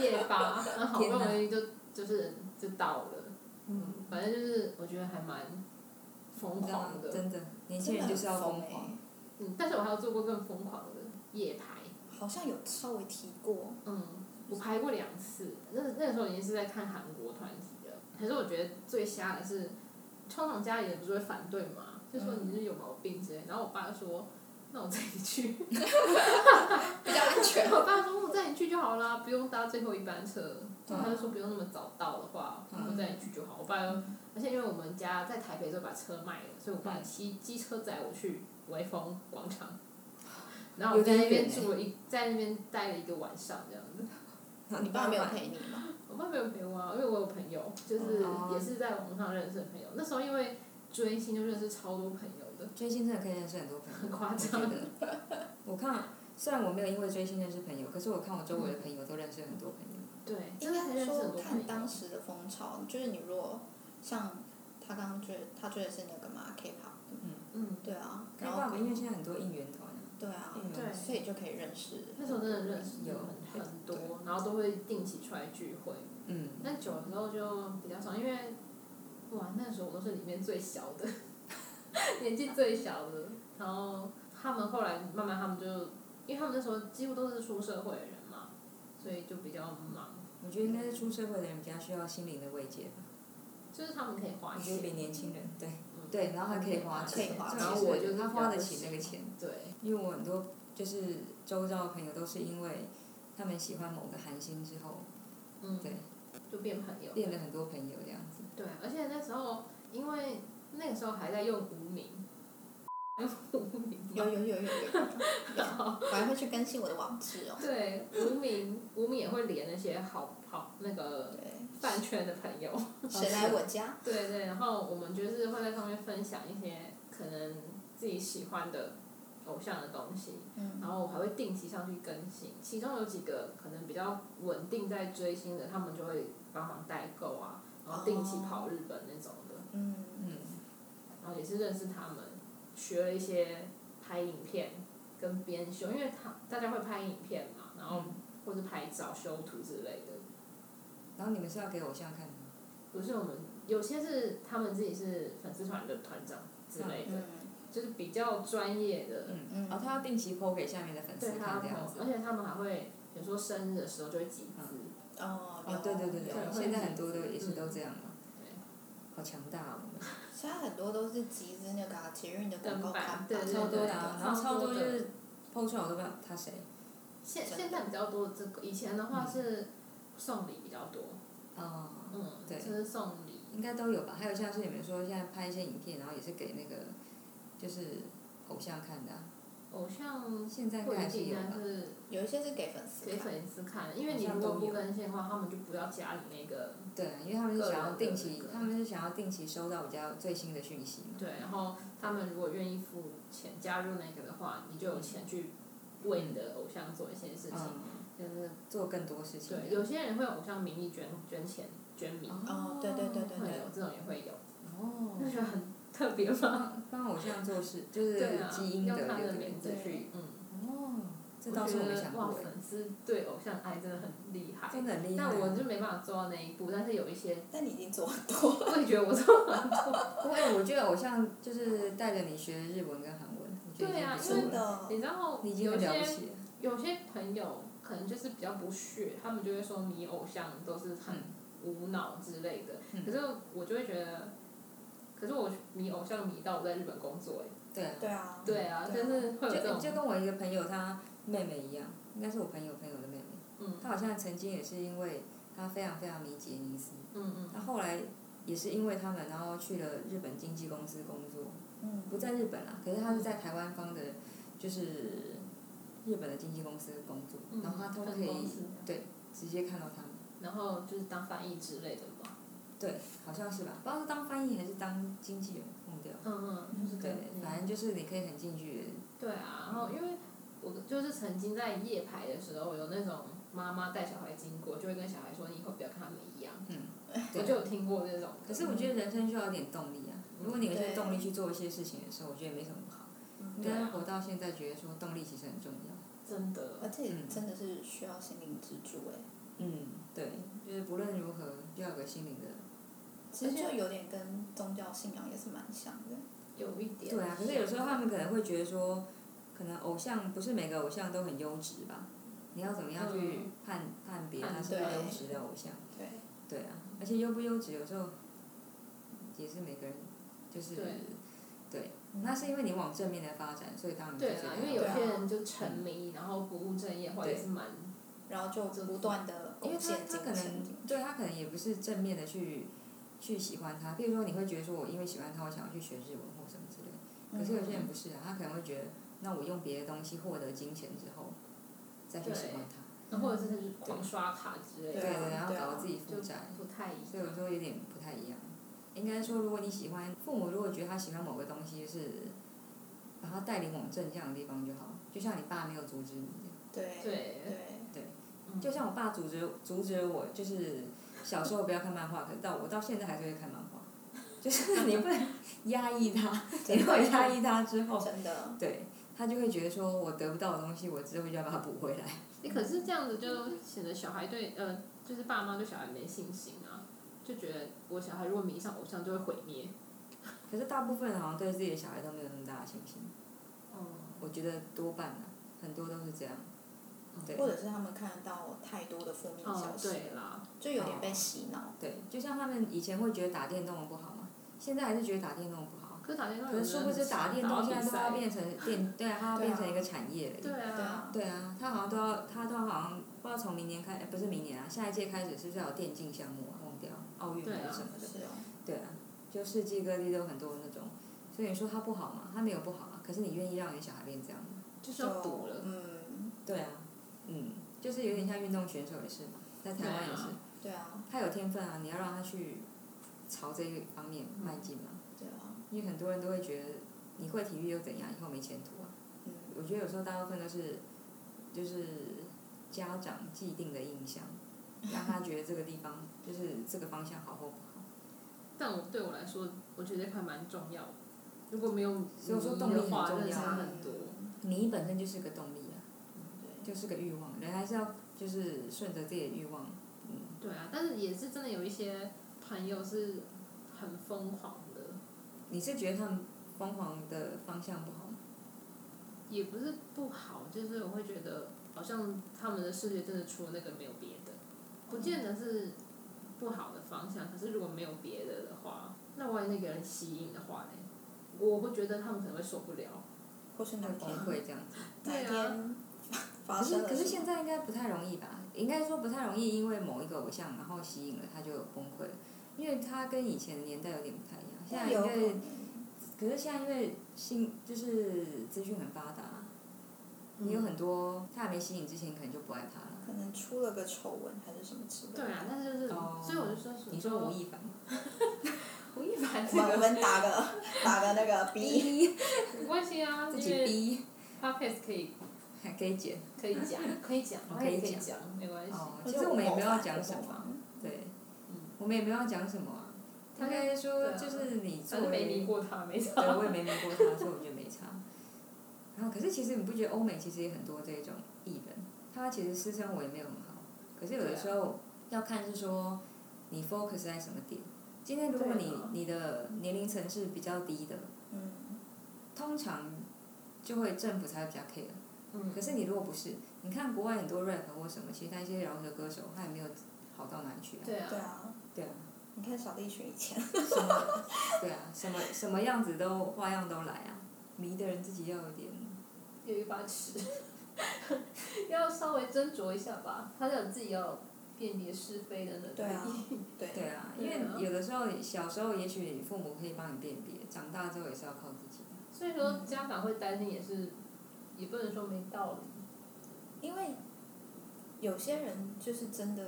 [SPEAKER 1] 夜巴，然后好不容易就就是就到了，
[SPEAKER 3] 嗯，
[SPEAKER 1] 反正就是我觉得还蛮疯
[SPEAKER 3] 你知道
[SPEAKER 1] 狂的，
[SPEAKER 3] 真的，年轻人就是要疯
[SPEAKER 2] 真的很
[SPEAKER 3] 狂。
[SPEAKER 2] 疯
[SPEAKER 1] 嗯，但是我还有做过更疯狂的夜排，
[SPEAKER 2] 欸。好像有稍微提过，
[SPEAKER 1] 嗯，我排过两次，那那个时候已经是在看韩国团体了，可是我觉得最瞎的是，通常家里人不是会反对嘛，就说你是有毛病
[SPEAKER 2] 嗯
[SPEAKER 1] 之类。然后我爸就说：“那我载你 去。
[SPEAKER 2] 比较安”全。
[SPEAKER 1] 我爸说：“我载你去就好啦，不用搭最后一班车。”
[SPEAKER 2] 嗯
[SPEAKER 1] 他就说：“不用那么早到的话，我载你去就好。”我爸就，而且因为我们家在台北就把车卖了，所以我爸
[SPEAKER 2] 嗯
[SPEAKER 1] 骑机车载我去微风广场。然后我在那边住了
[SPEAKER 2] 欸
[SPEAKER 1] 一，在那边待了一个晚上这样子。
[SPEAKER 2] 你爸没有陪你吗？
[SPEAKER 1] 我爸没有陪我啊，因为我有朋友，就是
[SPEAKER 3] 哦
[SPEAKER 1] 也是在网上认识的朋友。那时候因为追星就认识超多朋友的，
[SPEAKER 3] 追星真的可以认识很多朋友，
[SPEAKER 1] 很夸张
[SPEAKER 3] 我觉得。我看，虽然我没有因为追星认识朋友，可是我看我周围的朋友都认识很多朋友。
[SPEAKER 1] 对，
[SPEAKER 2] 应
[SPEAKER 1] 真的
[SPEAKER 2] 该
[SPEAKER 1] 很认识很
[SPEAKER 2] 说
[SPEAKER 1] 多
[SPEAKER 2] 看
[SPEAKER 1] 朋
[SPEAKER 2] 当
[SPEAKER 1] 友。
[SPEAKER 2] 时的风潮，就是你如果像他刚刚追，他追的是那个嘛 K-pop，
[SPEAKER 1] 嗯，
[SPEAKER 2] 对啊，然
[SPEAKER 3] 然后
[SPEAKER 2] 后
[SPEAKER 3] 因为现在很多应援团啊，
[SPEAKER 2] 对啊，
[SPEAKER 3] 应援
[SPEAKER 1] 对
[SPEAKER 2] 所以就可以认识。
[SPEAKER 1] 那时候真的认识
[SPEAKER 3] 有
[SPEAKER 1] 很很多，然后都会定期出来聚会。
[SPEAKER 3] 嗯，
[SPEAKER 1] 但久了之后就比较少，因为哇，那时候我都是里面最小的， 年纪最小的。然后他们后来慢慢他们就，因为他们那时候几乎都是出社会的人嘛，所以就比较忙，
[SPEAKER 3] 我觉得应该是出社会的人比较需要心灵的慰藉吧，
[SPEAKER 1] 就是他们可以花
[SPEAKER 3] 我觉得
[SPEAKER 1] 钱。
[SPEAKER 3] 比年轻人对
[SPEAKER 1] 嗯
[SPEAKER 3] 对，然后还可以花
[SPEAKER 2] 可以
[SPEAKER 3] 钱，
[SPEAKER 2] 花
[SPEAKER 3] 然后
[SPEAKER 1] 钱
[SPEAKER 3] 我
[SPEAKER 1] 对
[SPEAKER 3] 就他
[SPEAKER 1] 比较
[SPEAKER 3] 花得
[SPEAKER 1] 不
[SPEAKER 3] 起那个钱，
[SPEAKER 1] 对，
[SPEAKER 3] 因为我很多就是周遭的朋友都是因为他们喜欢某个韩星之后，
[SPEAKER 1] 嗯，
[SPEAKER 3] 对，
[SPEAKER 1] 就变朋友。
[SPEAKER 3] 练了很多朋友这样子。
[SPEAKER 1] 对，啊而且那时候因为那个时候还在用无名， 用无名
[SPEAKER 2] 有
[SPEAKER 1] 嘛，
[SPEAKER 2] 有有有有，啊
[SPEAKER 1] 然后
[SPEAKER 2] 我还会去更新我的网址哦。
[SPEAKER 1] 对无名无名也会连那些好好那个
[SPEAKER 2] 对，
[SPEAKER 1] 饭圈的朋友，
[SPEAKER 2] 谁来我家？
[SPEAKER 1] 对对，然后我们就是会在上面分享一些可能自己喜欢的偶像的东西，
[SPEAKER 2] 嗯，
[SPEAKER 1] 然后我还会定期上去更新，其中有几个可能比较稳定在追星的，他们就会帮忙代购啊，然后定期
[SPEAKER 2] 哦
[SPEAKER 1] 跑日本那种的。
[SPEAKER 2] 嗯，
[SPEAKER 3] 嗯，
[SPEAKER 1] 然后也是认识他们，学了一些拍影片跟编修，因为他大家会拍影片嘛，然
[SPEAKER 2] 嗯
[SPEAKER 1] 后或是拍照、修图之类的。
[SPEAKER 3] 然后你们是要给偶像看的吗？
[SPEAKER 1] 不是我们有些是他们自己是粉丝团的团长之类的，
[SPEAKER 2] 嗯
[SPEAKER 1] 就是比较专业的，
[SPEAKER 3] 嗯然
[SPEAKER 2] 嗯，
[SPEAKER 3] 后他要定期 PO 给下面的粉丝
[SPEAKER 1] 对他
[SPEAKER 3] 看
[SPEAKER 1] 们
[SPEAKER 3] 这样，子
[SPEAKER 1] 而。且他们还会有时候生日的时候就会集资，
[SPEAKER 2] 哦，有
[SPEAKER 3] 哦，对对对
[SPEAKER 2] 有
[SPEAKER 3] 对，
[SPEAKER 1] 会
[SPEAKER 3] 现在很
[SPEAKER 1] 集
[SPEAKER 3] 多都
[SPEAKER 1] 资
[SPEAKER 3] 也是都
[SPEAKER 1] 嗯
[SPEAKER 3] 这样嘛，
[SPEAKER 1] 对，
[SPEAKER 3] 好强大哦，我们
[SPEAKER 2] 现在很多都是集资那个啊捷运的广告
[SPEAKER 1] 灯板
[SPEAKER 2] 看
[SPEAKER 1] 对
[SPEAKER 2] 板，
[SPEAKER 1] 对
[SPEAKER 3] 超多的
[SPEAKER 1] 对
[SPEAKER 3] 啊
[SPEAKER 1] 对，
[SPEAKER 3] 然后
[SPEAKER 1] 超
[SPEAKER 3] 超
[SPEAKER 1] 多
[SPEAKER 3] 多
[SPEAKER 1] 的
[SPEAKER 3] 就是抛出来我都不知道他谁。
[SPEAKER 1] 现
[SPEAKER 2] 真的
[SPEAKER 1] 现在比较多这个，以前的话是送礼比较多，
[SPEAKER 3] 哦，
[SPEAKER 1] 嗯，
[SPEAKER 3] 对
[SPEAKER 1] 就是送礼，
[SPEAKER 3] 应该都有吧？还有像是你们说现在拍一些影片，然后也是给那个就是偶像看的啊、
[SPEAKER 1] 偶像
[SPEAKER 3] 现在应
[SPEAKER 1] 不
[SPEAKER 3] 该
[SPEAKER 1] 一
[SPEAKER 3] 还是
[SPEAKER 1] 定，啊
[SPEAKER 3] 有
[SPEAKER 1] 但
[SPEAKER 3] 吧？
[SPEAKER 1] 是。
[SPEAKER 2] 有一些是给粉丝
[SPEAKER 1] 给
[SPEAKER 2] 看。
[SPEAKER 1] 粉丝看，因为你如果不更新的话，他们就不要加你那个
[SPEAKER 3] 对，因为他们是想要定期
[SPEAKER 1] 个人的那，个
[SPEAKER 3] 他们是想要定期收到比较最新的讯息嘛。嗯
[SPEAKER 1] 对，然后他们如果愿意付钱加入那个的话，你就有钱去为你的偶像做一些事情，
[SPEAKER 3] 嗯，
[SPEAKER 1] 就是
[SPEAKER 3] 做更多事情。
[SPEAKER 1] 对，有些人会有偶像名义捐捐钱捐米，
[SPEAKER 2] 哦，对对对对
[SPEAKER 1] 会
[SPEAKER 2] 对
[SPEAKER 1] 有，这种也会有，嗯那
[SPEAKER 3] 哦，
[SPEAKER 1] 就很特别嘛，
[SPEAKER 3] 帮帮偶像做事就是
[SPEAKER 1] 对啊，
[SPEAKER 3] 基因
[SPEAKER 1] 用
[SPEAKER 3] 流
[SPEAKER 1] 他
[SPEAKER 3] 对
[SPEAKER 1] 的
[SPEAKER 3] 不对
[SPEAKER 1] 名？字去，嗯，
[SPEAKER 3] 哦，这
[SPEAKER 1] 我
[SPEAKER 3] 倒是我
[SPEAKER 1] 觉
[SPEAKER 3] 没
[SPEAKER 1] 得
[SPEAKER 3] 想
[SPEAKER 1] 哇，
[SPEAKER 3] 过耶，
[SPEAKER 1] 粉丝对偶像爱真的很厉害，
[SPEAKER 3] 真的很厉害。啊
[SPEAKER 1] 但我就没办法做到那一步，但是有一些，
[SPEAKER 2] 但你已经做很多了。
[SPEAKER 1] 我也觉得我做 了很多。
[SPEAKER 3] 不会，我觉得偶像就是带着你学日文跟韩文，我觉得已
[SPEAKER 1] 对
[SPEAKER 3] 经
[SPEAKER 1] 啊
[SPEAKER 3] 不错
[SPEAKER 2] 真
[SPEAKER 1] 因为
[SPEAKER 3] 了，
[SPEAKER 2] 的，
[SPEAKER 1] 你知道
[SPEAKER 3] 你已经
[SPEAKER 1] 有
[SPEAKER 3] 很了
[SPEAKER 1] 些
[SPEAKER 3] 不起了。
[SPEAKER 1] 有些朋友可能就是比较不屑，他们就会说你偶像都是很
[SPEAKER 3] 嗯
[SPEAKER 1] 无脑之类的。
[SPEAKER 3] 嗯
[SPEAKER 1] 可是我就会觉得，可是我迷偶像迷到我在日本工作哎、
[SPEAKER 3] 对啊。
[SPEAKER 2] 对啊，
[SPEAKER 1] 对啊，
[SPEAKER 2] 对啊
[SPEAKER 1] 就是会有这
[SPEAKER 3] 就就
[SPEAKER 1] 种
[SPEAKER 3] 跟我一个朋友他妹妹一样，应该是我朋友朋友的妹妹，
[SPEAKER 1] 嗯
[SPEAKER 3] 她好像曾经也是因为她非常非常迷杰尼斯，
[SPEAKER 1] 嗯嗯，
[SPEAKER 3] 她后来也是因为他们，然后去了日本经纪公司工作，
[SPEAKER 2] 嗯，
[SPEAKER 3] 不在日本啦，可是她是在台湾方的，就是日本的经纪公司工作，
[SPEAKER 1] 嗯
[SPEAKER 3] 然后她都可
[SPEAKER 1] 分公
[SPEAKER 3] 以
[SPEAKER 1] 司
[SPEAKER 3] 直接看到他们，
[SPEAKER 1] 然后就是当翻译之类的嘛。
[SPEAKER 3] 对，好像是吧？不知道是当翻译还是当经纪人，忘掉了。
[SPEAKER 1] 嗯嗯，就是
[SPEAKER 3] 对
[SPEAKER 1] 跟，
[SPEAKER 3] 反正就是你可以很近距离。
[SPEAKER 1] 对啊，然后因为我就是曾经在夜排的时候，有那种妈妈带小孩经过，就会跟小孩说你以后不要跟他们一样。
[SPEAKER 3] 嗯，
[SPEAKER 1] 我
[SPEAKER 3] 对
[SPEAKER 1] 就有听过这种。
[SPEAKER 3] 可是我觉得人生需要一点动力啊！如果你有一些
[SPEAKER 2] 对
[SPEAKER 3] 动力去做一些事情的时候，我觉得也没什么不好。
[SPEAKER 2] 嗯
[SPEAKER 3] 应
[SPEAKER 1] 对
[SPEAKER 3] 该
[SPEAKER 1] 啊
[SPEAKER 3] 活到现在，觉得说动力其实很重要。
[SPEAKER 1] 真的，
[SPEAKER 2] 而且
[SPEAKER 3] 嗯
[SPEAKER 2] 真的是需要心灵支柱哎。
[SPEAKER 3] 嗯，对，就是不论如何，要有个心灵的。
[SPEAKER 2] 其实就有点跟宗教信仰也是蛮像的。
[SPEAKER 1] 有一点。
[SPEAKER 3] 对啊，可是有时候他们可能会觉得说，可能偶像不是每个偶像都很优质吧？你要怎么样去
[SPEAKER 1] 嗯
[SPEAKER 3] 判判别
[SPEAKER 1] 判
[SPEAKER 3] 他是不是
[SPEAKER 2] 对
[SPEAKER 3] 优质的偶像？
[SPEAKER 2] 对，
[SPEAKER 3] 对啊，而且优不优质有时候也是每个人就是
[SPEAKER 1] 对
[SPEAKER 3] 对
[SPEAKER 1] 嗯
[SPEAKER 3] 那是因为你往正面的发展，所以当然就
[SPEAKER 1] 对
[SPEAKER 3] 觉
[SPEAKER 1] 啦
[SPEAKER 3] 得，
[SPEAKER 1] 因为有
[SPEAKER 2] 对啊
[SPEAKER 1] 些人就沉迷，然后不务正业，或者
[SPEAKER 3] 对
[SPEAKER 1] 是蛮
[SPEAKER 2] 然后就不断的
[SPEAKER 3] 因为他
[SPEAKER 2] 贡献
[SPEAKER 3] 他
[SPEAKER 2] 金
[SPEAKER 3] 可
[SPEAKER 2] 钱
[SPEAKER 3] 能。对他可能也不是正面的去去喜欢他，比如说你会觉得说我因为喜欢他，我想要去学日文或什么之类的。可是有
[SPEAKER 1] 嗯
[SPEAKER 3] 些人不是啊，他可能会觉得，那我用别的东西获得金钱之后，再去喜欢他，
[SPEAKER 1] 或者是狂刷卡之类
[SPEAKER 2] 对
[SPEAKER 1] 的，
[SPEAKER 3] 对
[SPEAKER 2] 啊
[SPEAKER 3] 然后
[SPEAKER 2] 对啊
[SPEAKER 3] 搞得自己
[SPEAKER 1] 就
[SPEAKER 3] 负债，
[SPEAKER 1] 不太一
[SPEAKER 3] 所以我
[SPEAKER 1] 样。
[SPEAKER 3] 说有点不太一样。应该说，如果你喜欢父母，如果觉得他喜欢某个东西，就是把他带领往正向的地方就好。就像你爸没有阻止你这样，
[SPEAKER 2] 对
[SPEAKER 1] 对，嗯
[SPEAKER 3] 就像我爸阻止阻止我，就是小时候不要看漫画，可是到我到现在还是会看漫画。就是 你不能压抑他，你如果压抑他之后，
[SPEAKER 2] 真的，
[SPEAKER 3] 对他就会觉得说，我得不到的东西，我之后就要把它补回来。
[SPEAKER 1] 你可是这样子就显得小孩对呃，就是爸妈对小孩没信心啊，就觉得我小孩如果迷上偶像就会毁灭。
[SPEAKER 3] 可是大部分人好像对自己的小孩都没有那么大的信心，
[SPEAKER 1] 哦，
[SPEAKER 3] 我觉得多半啊，很多都是这样。对
[SPEAKER 2] 或者是他们看得到太多的负面消
[SPEAKER 1] 哦，
[SPEAKER 2] 息，
[SPEAKER 1] 对啦，
[SPEAKER 2] 就有点被洗脑。
[SPEAKER 3] 对，就像他们以前会觉得打电动不好嘛，现在还是觉得打电动不好。
[SPEAKER 1] 可是打电动
[SPEAKER 3] 可
[SPEAKER 1] 有
[SPEAKER 3] 是
[SPEAKER 1] 时
[SPEAKER 3] 殊
[SPEAKER 1] 候
[SPEAKER 3] 不
[SPEAKER 1] 很
[SPEAKER 3] 知
[SPEAKER 1] 强，
[SPEAKER 3] 打电动现在都要
[SPEAKER 1] 比赛。
[SPEAKER 3] 变成电，对啊，它要
[SPEAKER 2] 对啊
[SPEAKER 3] 变成一个产业了。
[SPEAKER 1] 对
[SPEAKER 2] 对
[SPEAKER 1] 啊，
[SPEAKER 2] 啊，
[SPEAKER 3] 对啊，它好像都要，它都好像不知道从明年开，哎不是明年啊，下一届开始是不是要有电竞项目啊？忘掉奥运
[SPEAKER 1] 对
[SPEAKER 3] 还
[SPEAKER 1] 啊
[SPEAKER 3] 是什么的。
[SPEAKER 2] 是哦，
[SPEAKER 3] 对啊，就世界各地都有很多那种，所以你说它不好嘛，它没有不好啊，可是你愿意让你小孩变这样吗？
[SPEAKER 1] 就是要赌了。
[SPEAKER 2] 嗯，
[SPEAKER 3] 对啊，嗯，就是有点像运动选手也是嘛，在台湾也是，
[SPEAKER 1] 对啊
[SPEAKER 2] 对啊，
[SPEAKER 3] 他有天分啊，你要让他去朝这一方面迈进嘛，
[SPEAKER 2] 对啊，
[SPEAKER 3] 因为很多人都会觉得你会体育又怎样，以后没前途啊。
[SPEAKER 2] 嗯，
[SPEAKER 3] 我觉得有时候大部分都是就是家长既定的印 象，让他觉得这个地方就是这个方向好或不好。
[SPEAKER 1] 但我对我来说，我觉得还蛮重要的。如果没有
[SPEAKER 3] 所以我说
[SPEAKER 1] 你
[SPEAKER 3] 动力
[SPEAKER 1] 的
[SPEAKER 3] 很
[SPEAKER 1] 话
[SPEAKER 3] 重
[SPEAKER 1] 真的
[SPEAKER 3] 要
[SPEAKER 1] 差
[SPEAKER 3] 啊
[SPEAKER 1] 很多。
[SPEAKER 3] 你本身就是个动力啊，
[SPEAKER 2] 对，
[SPEAKER 3] 就是个欲望，人还是要就是顺着自己的欲望，嗯，
[SPEAKER 1] 对啊，但是也是真的有一些朋友是很疯狂的，
[SPEAKER 3] 你是觉得他们疯狂的方向不好吗？
[SPEAKER 1] 也不是不好，就是我会觉得好像他们的世界真的除了那个没有别的，不见得是不好的方向。可是如果没有别的的话，那万一那个人吸引的话呢？我会觉得他们可能会受不了。
[SPEAKER 2] 或是哪
[SPEAKER 3] 很崩
[SPEAKER 2] 天
[SPEAKER 3] 溃这样子。
[SPEAKER 2] 哪
[SPEAKER 1] 对啊
[SPEAKER 2] 天发
[SPEAKER 3] 可
[SPEAKER 2] 生
[SPEAKER 3] 是可
[SPEAKER 2] 了
[SPEAKER 3] 是
[SPEAKER 2] 什么
[SPEAKER 3] 现在应该不太容易吧？应该说不太容易，因为某一个偶像然后吸引了他就崩溃了，因为他跟以前的年代有点不太一样。现在
[SPEAKER 2] 有
[SPEAKER 3] 因
[SPEAKER 2] 可
[SPEAKER 3] 为
[SPEAKER 2] 能
[SPEAKER 3] 可是现在因为新就是资讯很发达，嗯
[SPEAKER 2] 嗯
[SPEAKER 3] 你有很多他还没吸引之前可能就不爱他了。
[SPEAKER 2] 可能出了个丑闻还是什么之类
[SPEAKER 1] 对
[SPEAKER 2] 的。
[SPEAKER 1] 啊，但是就是，
[SPEAKER 3] 哦
[SPEAKER 1] 所以我就说，
[SPEAKER 3] 你说吴亦凡，
[SPEAKER 1] 吴亦凡这
[SPEAKER 2] 我们我
[SPEAKER 1] 个
[SPEAKER 2] 们打个 打个那个 B，
[SPEAKER 3] 逼
[SPEAKER 1] 没关系啊，
[SPEAKER 3] 自
[SPEAKER 1] 因
[SPEAKER 3] 己
[SPEAKER 1] 为
[SPEAKER 3] 逼
[SPEAKER 1] podcast 可以
[SPEAKER 3] 还可以剪
[SPEAKER 1] 可以 讲，可以讲，
[SPEAKER 3] 哦
[SPEAKER 1] 可以
[SPEAKER 3] 可以
[SPEAKER 1] 讲，没关系。
[SPEAKER 3] 哦。
[SPEAKER 2] 我
[SPEAKER 3] 其
[SPEAKER 2] 觉
[SPEAKER 3] 实
[SPEAKER 2] 得
[SPEAKER 3] 我们也没有要
[SPEAKER 2] 模仿
[SPEAKER 3] 讲什
[SPEAKER 2] 我模
[SPEAKER 3] 么，啊
[SPEAKER 2] 仿
[SPEAKER 3] 对
[SPEAKER 1] 嗯，
[SPEAKER 3] 我们也没有要讲什么啊。
[SPEAKER 1] 他
[SPEAKER 3] 应该
[SPEAKER 1] 对
[SPEAKER 3] 说
[SPEAKER 1] 啊
[SPEAKER 3] 就是你作
[SPEAKER 1] 反正没
[SPEAKER 3] 为
[SPEAKER 1] 迷过他，没
[SPEAKER 3] 对，
[SPEAKER 1] 错。
[SPEAKER 3] 我也没迷过他，所以我觉得没差。然后，可是其实你不觉得欧美其实也很多这种艺人，他其实私生活也没有很好，可是有的
[SPEAKER 1] 啊
[SPEAKER 3] 时候要看是说你 focus 在什么点。今天如果
[SPEAKER 1] 对
[SPEAKER 3] 你
[SPEAKER 1] 啊
[SPEAKER 3] 你的年龄层是比较低的，
[SPEAKER 2] 嗯，
[SPEAKER 3] 通常就会政府才会比较 care。
[SPEAKER 1] 嗯
[SPEAKER 3] 可是你如果不是，你看国外很多 rap 或什么，其实他一些饶舌歌手他也没有好到哪里去啊。
[SPEAKER 1] 对
[SPEAKER 2] 对
[SPEAKER 1] 啊，
[SPEAKER 2] 啊，
[SPEAKER 3] 对啊，
[SPEAKER 2] 你看小栗旬以 前，
[SPEAKER 3] 什么对啊，什么什么样子都花样都来啊，迷的人自己要有点。
[SPEAKER 1] 有一把尺， 要稍微斟酌一下吧。他有自己要辨别是非的能力。
[SPEAKER 2] 对啊，对，
[SPEAKER 3] 对啊，因
[SPEAKER 1] 对啊
[SPEAKER 3] 为有的时候小时候也许你父母可以帮你辨别，长大之后也是要靠自己。
[SPEAKER 1] 所以说家长会担心也是，也不能说没道理。
[SPEAKER 2] 因为有些人就是真的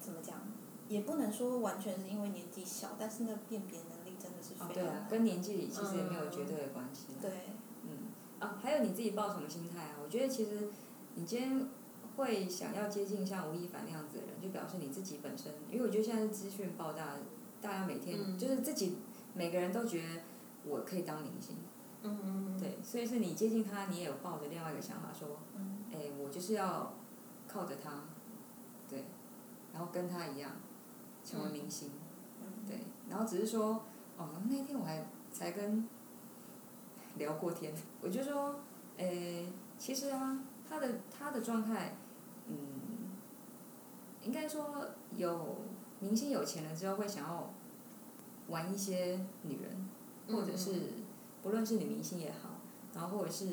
[SPEAKER 2] 怎么讲，也不能说完全是因为年纪小，但是那辨别能力真的是
[SPEAKER 3] 哦，
[SPEAKER 2] 非
[SPEAKER 3] 对
[SPEAKER 2] 常
[SPEAKER 3] 啊，
[SPEAKER 2] 难。
[SPEAKER 3] 跟年纪其实也没有绝对的关系啦。
[SPEAKER 2] 对，
[SPEAKER 3] 嗯，啊，还有你自己抱什么心态啊？我觉得其实你今天会想要接近像吴亦凡那样子的人，就表示你自己本身，因为我觉得现在是资讯爆炸，大家每天、
[SPEAKER 1] 嗯
[SPEAKER 3] 就是自己每个人都觉得我可以当明星，
[SPEAKER 1] 嗯，
[SPEAKER 3] 对，所以是你接近他，你也有抱着另外一个想法说，
[SPEAKER 2] 嗯，
[SPEAKER 3] 哎、我就是要靠着他，对，然后跟他一样成为明星，
[SPEAKER 2] 嗯，
[SPEAKER 3] 对，然后只是说，哦，那天我还才跟聊过天，我就说，哎、其实啊，他的他的状态，嗯，应该说有明星有钱了之后会想要玩一些女人，或者是不论是女明星也好，然后或者是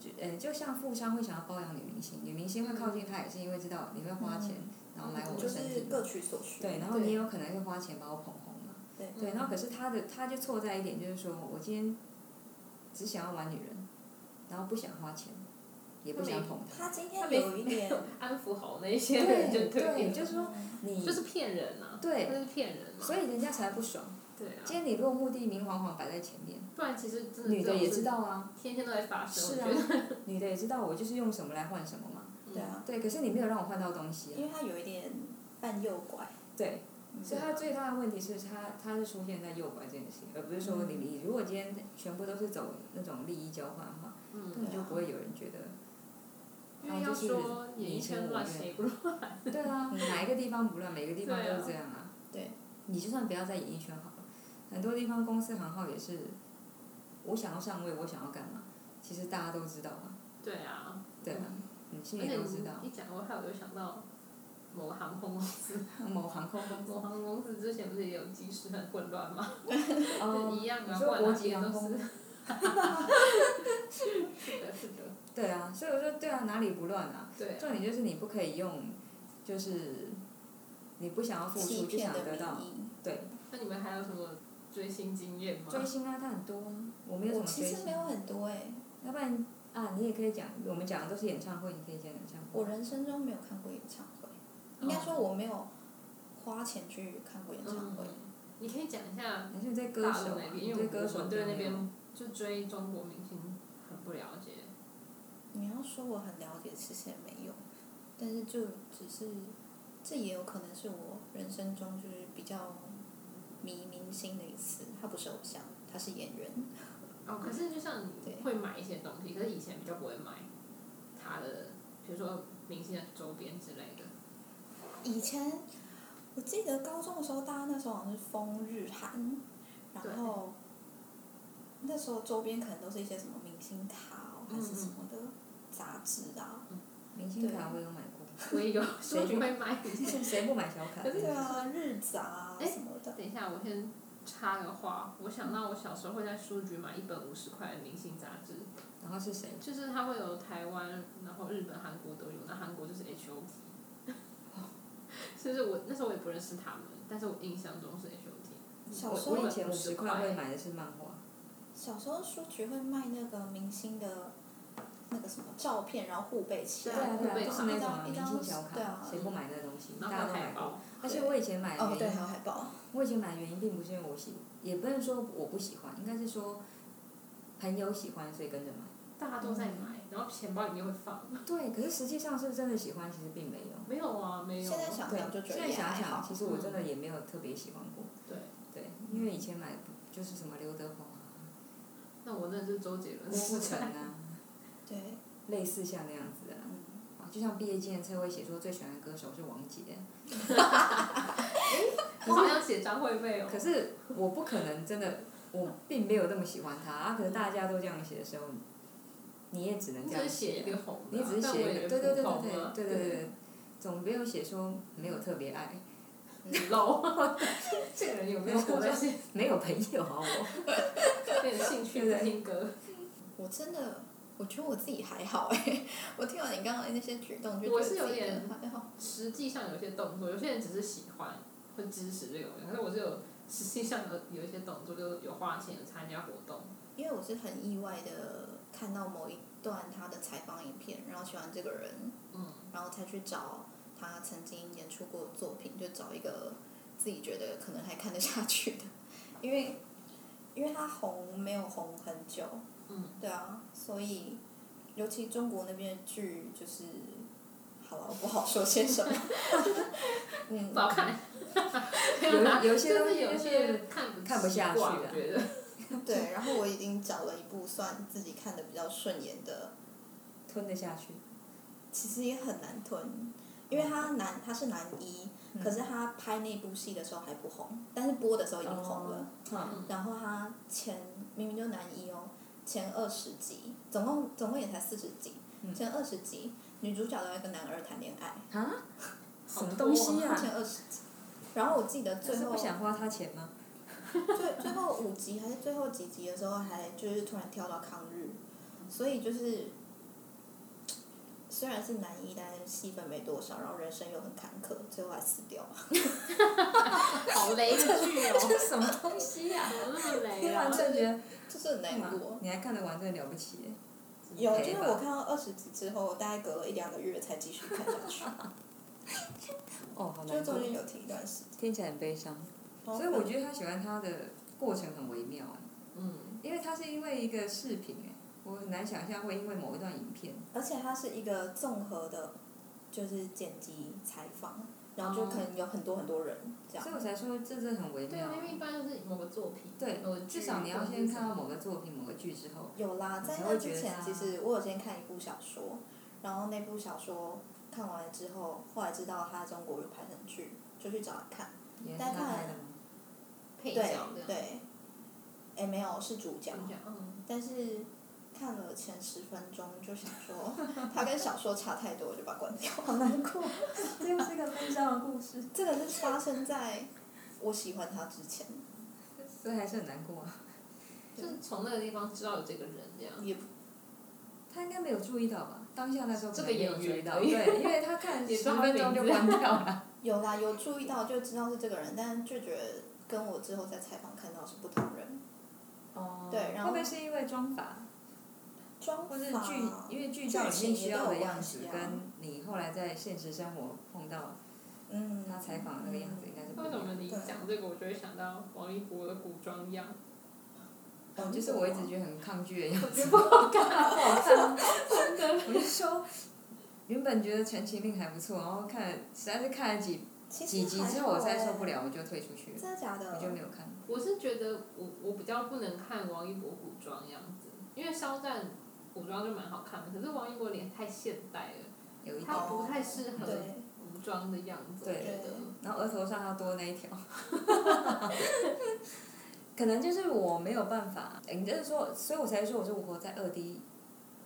[SPEAKER 3] 就呃，就像富商会想要包养女明星，女明星会靠近他也是因为知道你会花钱，然后来我
[SPEAKER 2] 嗯就
[SPEAKER 3] 的身
[SPEAKER 2] 是
[SPEAKER 3] 体，
[SPEAKER 2] 各取所需。
[SPEAKER 3] 对，然后你也有可能会花钱把我捧红嘛，
[SPEAKER 2] 对
[SPEAKER 3] 对，然后可是他的他就错在一点，就是说我今天只想要玩女人，然后不想花钱，也不想捧她，
[SPEAKER 2] 他今天
[SPEAKER 1] 他没
[SPEAKER 2] 有一点，
[SPEAKER 1] 安抚好那些人就
[SPEAKER 3] 对，
[SPEAKER 1] 对
[SPEAKER 3] 就是说你
[SPEAKER 1] 就是骗人呐、啊，
[SPEAKER 3] 对
[SPEAKER 1] 他是骗人嘛，
[SPEAKER 3] 所以人家才不爽。
[SPEAKER 1] 对啊，
[SPEAKER 3] 今天你落目的明晃晃摆在前面，
[SPEAKER 1] 不然其实真的
[SPEAKER 3] 女的也知
[SPEAKER 1] 道，
[SPEAKER 3] 道啊，
[SPEAKER 1] 天天都在发生，
[SPEAKER 3] 是啊
[SPEAKER 1] 我觉得，
[SPEAKER 3] 女的也知道我就是用什么来换什么嘛。
[SPEAKER 2] 对啊，
[SPEAKER 3] 对，可是你没有让我换到东西、啊。
[SPEAKER 2] 因为他有一点半诱拐。
[SPEAKER 3] 对，
[SPEAKER 2] 嗯
[SPEAKER 3] 所以他最大的问题是他他是出现在诱拐这件事情，而不是说你
[SPEAKER 1] 嗯
[SPEAKER 3] 你如果今天全部都是走那种利益交换的话，根
[SPEAKER 1] 嗯，
[SPEAKER 3] 本就不会有人觉 得。
[SPEAKER 1] 因为要说演艺圈乱谁不乱，
[SPEAKER 3] 对啊，你哪一个地方不乱，每个地方
[SPEAKER 1] 嗯对啊
[SPEAKER 3] 都这样啊。
[SPEAKER 2] 对，
[SPEAKER 3] 你就算不要在演艺圈好了，很多地方公司行号也是，我想要上位，我想要干嘛，其实大家都知道啊，
[SPEAKER 1] 对啊，
[SPEAKER 3] 对啊，你心
[SPEAKER 1] 而
[SPEAKER 3] 里
[SPEAKER 1] 且
[SPEAKER 3] 都知
[SPEAKER 1] 你
[SPEAKER 3] 道。
[SPEAKER 1] 一讲我还有就想到某航空公司，
[SPEAKER 3] 哦某航空公司
[SPEAKER 1] 某航空公司之前不是也有机师很混乱吗？
[SPEAKER 3] 哦，
[SPEAKER 1] 一样
[SPEAKER 3] 你
[SPEAKER 1] 啊，
[SPEAKER 3] 说
[SPEAKER 1] 不
[SPEAKER 3] 国
[SPEAKER 1] 然哪
[SPEAKER 3] 际
[SPEAKER 1] 边
[SPEAKER 3] 航
[SPEAKER 1] 都
[SPEAKER 3] 空
[SPEAKER 1] 是。 是的，是的，
[SPEAKER 3] 对啊，所以我说对啊，哪里不乱啊？
[SPEAKER 1] 对啊，
[SPEAKER 3] 重点就是你不可以用，就是你不想要付
[SPEAKER 2] 欺
[SPEAKER 3] 出就
[SPEAKER 2] 骗
[SPEAKER 3] 想
[SPEAKER 2] 的
[SPEAKER 3] 得到
[SPEAKER 2] 名，义。
[SPEAKER 3] 对，
[SPEAKER 1] 那你们还有什么追星经验吗？
[SPEAKER 3] 追星啊，它很多啊，我没有什
[SPEAKER 2] 我
[SPEAKER 3] 么
[SPEAKER 2] 其
[SPEAKER 3] 追
[SPEAKER 2] 实
[SPEAKER 3] 星
[SPEAKER 2] 没，有很多哎、
[SPEAKER 3] 要不然啊，你也可以讲，我们讲的都是演唱会，你可以讲演唱会。
[SPEAKER 2] 我人生中没有看过演唱会，
[SPEAKER 3] 哦
[SPEAKER 2] 应该说我没有花钱去看过演唱会。
[SPEAKER 1] 嗯你可以讲一下
[SPEAKER 3] 还是你对歌
[SPEAKER 1] 大
[SPEAKER 3] 手
[SPEAKER 1] 陆
[SPEAKER 3] 啊
[SPEAKER 1] 那，边，
[SPEAKER 3] 你
[SPEAKER 1] 因为
[SPEAKER 3] 对歌
[SPEAKER 1] 我
[SPEAKER 3] 手
[SPEAKER 1] 们对
[SPEAKER 3] 比较
[SPEAKER 1] 那
[SPEAKER 3] 没有
[SPEAKER 1] 边就追中国明星很不了解。
[SPEAKER 2] 你要说我很了解，其实也没有，但是就只是，这也有可能是我人生中就是比较迷明星的一次。他不是偶像，他是演员。
[SPEAKER 1] 哦，可是就像你
[SPEAKER 2] 对
[SPEAKER 1] 会买一些东西，可是以前比较不会买他的，比如说明星的周边之类的。
[SPEAKER 2] 以前我记得高中的时候，大家那时候好像是封日韩，
[SPEAKER 1] 对
[SPEAKER 2] 然后那时候周边可能都是一些什么明星卡、哦、还
[SPEAKER 1] 嗯
[SPEAKER 2] 是什么的杂志啊。
[SPEAKER 3] 明星卡我有买过，
[SPEAKER 1] 我 也有
[SPEAKER 3] 谁
[SPEAKER 1] 说你会买一些。
[SPEAKER 3] 谁不买小卡？
[SPEAKER 1] 可是
[SPEAKER 2] 对啊，日杂啊
[SPEAKER 1] 哎
[SPEAKER 2] 什么的。
[SPEAKER 1] 等一下，我先插个话，我想到我小时候会在书局买一本五十块的明星杂志，
[SPEAKER 3] 然后是谁？
[SPEAKER 1] 就是它会有台湾，然后日本、韩国都有，那韩国就是 H O T。就是我那时候我也不认识他们，但是我印象中是 H O T。
[SPEAKER 2] 小
[SPEAKER 3] 我
[SPEAKER 2] 时候
[SPEAKER 3] 我以前五十
[SPEAKER 1] 50
[SPEAKER 3] 块
[SPEAKER 1] 块
[SPEAKER 3] 会买的是漫画，
[SPEAKER 2] 小时候书局会卖那个明星的，那个什么照片，然后互背起
[SPEAKER 1] 对
[SPEAKER 2] 来，
[SPEAKER 1] 啊
[SPEAKER 3] 对啊对啊，
[SPEAKER 1] 对
[SPEAKER 3] 就是那种啊
[SPEAKER 2] 一
[SPEAKER 3] 明
[SPEAKER 2] 张
[SPEAKER 3] 星小
[SPEAKER 2] 对
[SPEAKER 3] 卡
[SPEAKER 2] 啊，
[SPEAKER 3] 谁不买那东西？
[SPEAKER 1] 然
[SPEAKER 3] 大
[SPEAKER 1] 后还有
[SPEAKER 3] 家都
[SPEAKER 1] 海
[SPEAKER 3] 买过。
[SPEAKER 1] 报，
[SPEAKER 3] 而且我以前买的
[SPEAKER 2] 哦，对，
[SPEAKER 3] 原因
[SPEAKER 2] 还有海报，
[SPEAKER 3] 我以前买的原因并不是因为我喜，也不能说我不喜欢，应该是说朋友喜欢，所以跟着买。
[SPEAKER 1] 大家都在买，然后钱包里面会放。
[SPEAKER 3] 对，可是实际上是真的喜欢，其实并没有。
[SPEAKER 1] 没有啊，没有。
[SPEAKER 2] 现在想想就
[SPEAKER 3] 对，
[SPEAKER 2] 觉
[SPEAKER 3] 现
[SPEAKER 2] 得
[SPEAKER 3] 在
[SPEAKER 2] 也
[SPEAKER 3] 想
[SPEAKER 2] 还
[SPEAKER 3] 想，
[SPEAKER 2] 好
[SPEAKER 3] 其。实我真的也没有特别喜欢过。
[SPEAKER 1] 对，
[SPEAKER 3] 嗯对，因为以前买的不就是什么刘德华啊、
[SPEAKER 1] 那我那是周杰伦
[SPEAKER 3] 郭富
[SPEAKER 1] 时
[SPEAKER 3] 城
[SPEAKER 1] 代。
[SPEAKER 3] 啊，
[SPEAKER 2] 对，
[SPEAKER 3] 类似像那样子啊。
[SPEAKER 2] 嗯，
[SPEAKER 3] 啊就像毕业纪念册会写说最喜欢的歌手是王杰，
[SPEAKER 1] 我好像写张惠妹哦。
[SPEAKER 3] 可是我不可能真的，我并没有那么喜欢他啊。可是大家都这样写的时候，你也只能
[SPEAKER 1] 你
[SPEAKER 3] 这
[SPEAKER 1] 只是
[SPEAKER 3] 样写
[SPEAKER 1] 写
[SPEAKER 3] 啊
[SPEAKER 1] 一。个红的
[SPEAKER 3] 你
[SPEAKER 1] 啊，
[SPEAKER 3] 只是
[SPEAKER 1] 但
[SPEAKER 3] 写一
[SPEAKER 1] 我也
[SPEAKER 3] 个，
[SPEAKER 1] 觉
[SPEAKER 3] 对对
[SPEAKER 1] 得
[SPEAKER 3] 对对
[SPEAKER 1] 普
[SPEAKER 3] 对
[SPEAKER 1] 通啊
[SPEAKER 3] 对对对对，总没有写说没有特别爱，
[SPEAKER 1] 你漏。这个人有没有活在现
[SPEAKER 3] 没有朋友啊 我。
[SPEAKER 1] 变成兴趣不听歌？
[SPEAKER 2] 我真的，我觉得我自己还好哎、 我听完你刚刚那些举动，就觉
[SPEAKER 1] 我
[SPEAKER 2] 得
[SPEAKER 1] 是
[SPEAKER 2] 自己
[SPEAKER 1] 有
[SPEAKER 2] 真
[SPEAKER 1] 点
[SPEAKER 2] 的还好。
[SPEAKER 1] 实际上有些动作，有些人只是喜欢会支持这个偶像，可是我就有实际上有有一些动作，就是有花钱有参加活动。
[SPEAKER 2] 因为我是很意外的看到某一段他的采访影片，然后喜欢这个人，
[SPEAKER 1] 嗯，
[SPEAKER 2] 然后才去找他曾经演出过的作品，就找一个自己觉得可能还看得下去的， 因为因为他红没有红很久，
[SPEAKER 1] 嗯，
[SPEAKER 2] 对啊，所以尤其中国那边的剧就是，好了，我不好说些什么， 嗯
[SPEAKER 1] 不，好看。
[SPEAKER 3] 有有些
[SPEAKER 1] 就
[SPEAKER 3] 东
[SPEAKER 1] 是
[SPEAKER 3] 西
[SPEAKER 1] 有
[SPEAKER 3] 就是
[SPEAKER 1] 些看不
[SPEAKER 3] 看不下
[SPEAKER 1] 习惯
[SPEAKER 3] 去
[SPEAKER 1] 我
[SPEAKER 3] 啊
[SPEAKER 1] 觉得。
[SPEAKER 2] 对，然后我已经找了一部算自己看的比较顺眼的，
[SPEAKER 3] 吞得下去，
[SPEAKER 2] 其实也很难吞，因为他男他是男一，
[SPEAKER 3] 嗯
[SPEAKER 2] 可是他拍那部戏的时候还不红，但是播的时候已经红了。
[SPEAKER 3] 哈，
[SPEAKER 1] 嗯
[SPEAKER 2] 然后他前明明就男一哦，前二十集，总共总共也才四十集，
[SPEAKER 3] 嗯
[SPEAKER 2] 前二十集女主角都在跟男二谈恋爱，
[SPEAKER 3] 啊，什么东西
[SPEAKER 2] 目
[SPEAKER 3] 啊？
[SPEAKER 2] 前二十集。然后我记得最
[SPEAKER 3] 是
[SPEAKER 2] 后
[SPEAKER 3] 不想花他钱 吗？
[SPEAKER 2] 最最后五集还是最后几集的时候，还就是突然跳到抗日，所以就是虽然是男一，但是戏份没多少，然后人生又很坎坷，最后还死掉了。
[SPEAKER 1] 好雷的剧哦，
[SPEAKER 3] 这是什么东西呀、
[SPEAKER 1] 怎么那么雷
[SPEAKER 3] 听完
[SPEAKER 1] 啊？
[SPEAKER 3] 之后觉得，
[SPEAKER 2] 就是很难
[SPEAKER 3] 哇
[SPEAKER 2] 过。
[SPEAKER 3] 你还看得完，真的了不起耶！
[SPEAKER 2] 有，
[SPEAKER 3] 真
[SPEAKER 2] 就是
[SPEAKER 3] 的
[SPEAKER 2] 我看到二十集之后，我大概隔了一两个月才继续看下 去，
[SPEAKER 3] 哦，好
[SPEAKER 2] 就哦
[SPEAKER 3] 难过
[SPEAKER 2] 中，间有停一段时间。
[SPEAKER 3] 听起来很悲伤。所以我觉得他喜欢他的过程很微妙，
[SPEAKER 1] 嗯，
[SPEAKER 3] 因为他是因为一个视频哎，我很难想象会因为某一段影片，
[SPEAKER 2] 而且它是一个综合的，就是剪辑采访，然后
[SPEAKER 3] 哦
[SPEAKER 2] 就可能有很多很多人这样
[SPEAKER 3] 所以。我才说这是很微
[SPEAKER 1] 对
[SPEAKER 3] 妙
[SPEAKER 1] 啊，。因为一般都是某个作品，
[SPEAKER 3] 对
[SPEAKER 1] 某个剧
[SPEAKER 3] 至少你要先看到哦某
[SPEAKER 1] 或
[SPEAKER 3] 个作品、某个剧之后，
[SPEAKER 2] 有啦，
[SPEAKER 3] 你
[SPEAKER 2] 在
[SPEAKER 3] 才
[SPEAKER 2] 那
[SPEAKER 3] 会
[SPEAKER 2] 之
[SPEAKER 3] 觉得
[SPEAKER 2] 前，啊
[SPEAKER 3] 它
[SPEAKER 2] 其实我有先看一部小说，然后那部小说看完了之后，后来知道它中国有拍成剧，就去找来看。
[SPEAKER 3] 也是
[SPEAKER 2] 但
[SPEAKER 3] 他
[SPEAKER 2] 看
[SPEAKER 3] 拍的吗？
[SPEAKER 1] 者是配
[SPEAKER 2] 对
[SPEAKER 1] 角这样，
[SPEAKER 2] 对，哎，没有是主角，
[SPEAKER 1] 主角嗯，
[SPEAKER 2] 但是看了前十分钟就想说， 它跟小说差太多，我就把它关掉。好难过。
[SPEAKER 3] 这又是一个悲伤的故事，
[SPEAKER 2] 这个是发生在我喜欢他之前，
[SPEAKER 3] 所以还是很难过啊。
[SPEAKER 1] 就是从那个地方知道有这个人这样，
[SPEAKER 2] 也不
[SPEAKER 3] 他应该没有注意到吧？当下那时候
[SPEAKER 1] 这
[SPEAKER 3] 可
[SPEAKER 1] 个
[SPEAKER 3] 能没
[SPEAKER 1] 演
[SPEAKER 3] 有注意
[SPEAKER 1] 员
[SPEAKER 3] 到，
[SPEAKER 1] 而已
[SPEAKER 3] 对，因为他 看
[SPEAKER 1] 也
[SPEAKER 3] 十
[SPEAKER 1] 知道他
[SPEAKER 3] 分钟就
[SPEAKER 1] 名字
[SPEAKER 3] 关掉了。
[SPEAKER 2] 有啦，有注意到就知道是这个人，但就觉得跟我之后在采访看到是不同人。
[SPEAKER 3] 哦
[SPEAKER 2] 对然后
[SPEAKER 3] 会不会是因为妆法？
[SPEAKER 2] 妆
[SPEAKER 3] 或是
[SPEAKER 2] 法
[SPEAKER 3] 剧，因为剧照里面需要的样子
[SPEAKER 2] 剧，情也都有关系啊
[SPEAKER 3] 跟你后来在现实生活碰到
[SPEAKER 2] 嗯，
[SPEAKER 3] 他采访的那个样子，应该是不
[SPEAKER 1] 为
[SPEAKER 3] 一
[SPEAKER 1] 什么
[SPEAKER 3] 样。
[SPEAKER 1] 你
[SPEAKER 2] 对
[SPEAKER 1] 讲这个，我就会想到王一博的古装样，
[SPEAKER 3] 哦，就是我一直觉得很抗拒的样
[SPEAKER 1] 我觉得，
[SPEAKER 3] 子
[SPEAKER 1] 不好看，
[SPEAKER 3] 真的。我就说，原本觉得《陈情令》还不错，然后看实在是看了几
[SPEAKER 2] 其实
[SPEAKER 3] 几集之后，
[SPEAKER 2] 还好
[SPEAKER 3] 我实在受不
[SPEAKER 2] 欸，
[SPEAKER 3] 了，我就退出去了，
[SPEAKER 2] 真的假的？
[SPEAKER 3] 我就没有看。
[SPEAKER 1] 我是觉得我我比较不能看王一博古装样子，因为肖战古装就蛮好看的，可是王一博脸太现代了，
[SPEAKER 3] 有一点
[SPEAKER 1] 他，不太适合
[SPEAKER 2] 哦对，
[SPEAKER 1] 古装的样子，我
[SPEAKER 3] 对
[SPEAKER 1] 觉得。
[SPEAKER 3] 然后额头上要多那一条， 可能就是我没有办法。诶你就是说，所以我才说我是我活在二 D，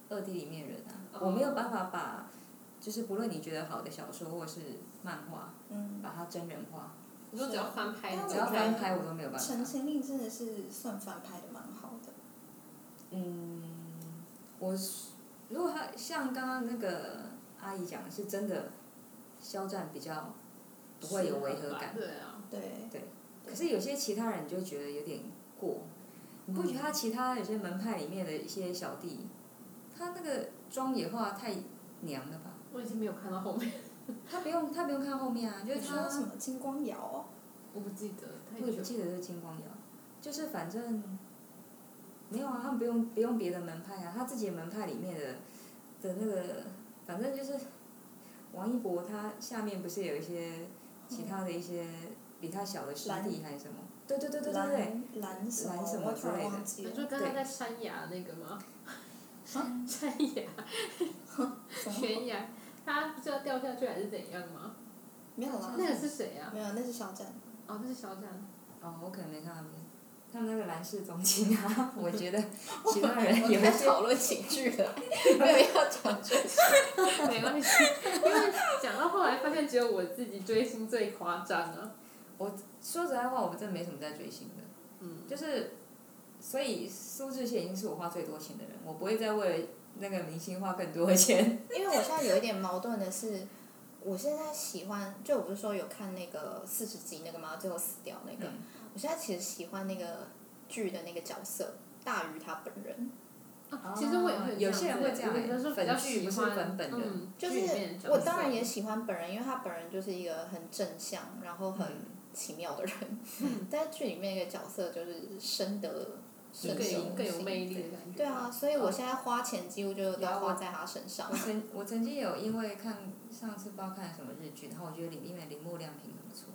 [SPEAKER 3] 二 D 里面人啊，
[SPEAKER 1] 哦
[SPEAKER 3] 我没有办法把，就是不论你觉得好的小说或是漫画，
[SPEAKER 2] 嗯，
[SPEAKER 3] 把它真人化，
[SPEAKER 1] 你说只要翻拍，
[SPEAKER 2] 但我
[SPEAKER 3] 只
[SPEAKER 1] 只
[SPEAKER 3] 要
[SPEAKER 1] 要
[SPEAKER 3] 翻
[SPEAKER 1] 翻
[SPEAKER 3] 拍我都没有办
[SPEAKER 2] 《
[SPEAKER 3] 法。
[SPEAKER 2] 陈情令》真的是算翻拍的蛮好的，
[SPEAKER 3] 嗯，我是如果他像刚刚那个阿姨讲，的是真的，肖战比较不会有违和感。
[SPEAKER 1] 对啊，
[SPEAKER 2] 对，
[SPEAKER 3] 可是有些其他人你就觉得有点过，你不觉得他其他有些门派里面的一些小弟，他那个妆也画得太娘了吧？
[SPEAKER 1] 我已经没有看到后面，
[SPEAKER 3] 他不用他不用看后面啊，就是
[SPEAKER 2] 你说
[SPEAKER 3] 他
[SPEAKER 2] 什么金光瑶哦？
[SPEAKER 1] 我不记得太
[SPEAKER 3] 我也不
[SPEAKER 1] 久。
[SPEAKER 3] 记得是金光瑶，就是反正没有啊，他们不用不用别的门派啊，他自己的门派里面的的那个，反正就是王一博他下面不是有一些其他的一些比他小的师弟还是什么？对对对对对对。
[SPEAKER 2] 蓝蓝什
[SPEAKER 3] 蓝什么
[SPEAKER 2] 我突
[SPEAKER 3] 之类
[SPEAKER 2] 然
[SPEAKER 3] 的
[SPEAKER 2] 忘记
[SPEAKER 1] 你
[SPEAKER 2] 了
[SPEAKER 1] 说刚刚在山崖那个吗？
[SPEAKER 2] 山
[SPEAKER 1] 山崖
[SPEAKER 2] 什么？
[SPEAKER 1] 悬崖，他不是要掉下去还是怎样吗？
[SPEAKER 2] 没有啦，
[SPEAKER 1] 那个是谁啊？
[SPEAKER 2] 没有，那是肖战。
[SPEAKER 1] 哦，那是肖战。
[SPEAKER 3] 哦，我可能没看他们，他们那个蓝氏宗亲啊， 我觉 得其他人
[SPEAKER 2] 我
[SPEAKER 3] 有一
[SPEAKER 2] 们在
[SPEAKER 3] 些
[SPEAKER 2] 讨论情绪 了，没有要讲这些。
[SPEAKER 1] 没关系，因为讲到后来发现只有我自己追星最夸张啊。
[SPEAKER 3] 说实在话，我们真的没什么在追星的。
[SPEAKER 1] 嗯，
[SPEAKER 3] 就是，所以苏志燮已经是我花最多钱的人，我不会再为了那个明星花更多的钱。
[SPEAKER 2] 因为我现在有一点矛盾的是，我现在喜欢，就我不是说有看那个四十集那个吗？最后死掉那个，
[SPEAKER 3] 嗯
[SPEAKER 2] 我现在其实喜欢那个剧的那个角色大于他本人，
[SPEAKER 1] 啊其实我也会
[SPEAKER 3] 哦有些人会这样欸
[SPEAKER 1] 有的时候比较
[SPEAKER 3] 粉剧
[SPEAKER 1] 喜
[SPEAKER 3] 不是
[SPEAKER 1] 欢
[SPEAKER 3] 粉本人
[SPEAKER 1] 嗯
[SPEAKER 2] 就是
[SPEAKER 1] 剧里面的角色
[SPEAKER 2] 我当然也喜欢本人，因为他本人就是一个很正向，然后很
[SPEAKER 3] 嗯
[SPEAKER 2] 奇妙的人。
[SPEAKER 1] 嗯
[SPEAKER 2] 但剧里面那个角色就是深得深
[SPEAKER 1] 更
[SPEAKER 2] 得
[SPEAKER 1] 有
[SPEAKER 2] 我
[SPEAKER 1] 更有
[SPEAKER 2] 心
[SPEAKER 1] 魅力嗯的感觉。
[SPEAKER 2] 对啊，，所以我现在花钱几乎就都花在他身上
[SPEAKER 3] 我。曾我曾经有因为看上次不知道看什么日剧，然后我觉得里面铃木亮平很不错。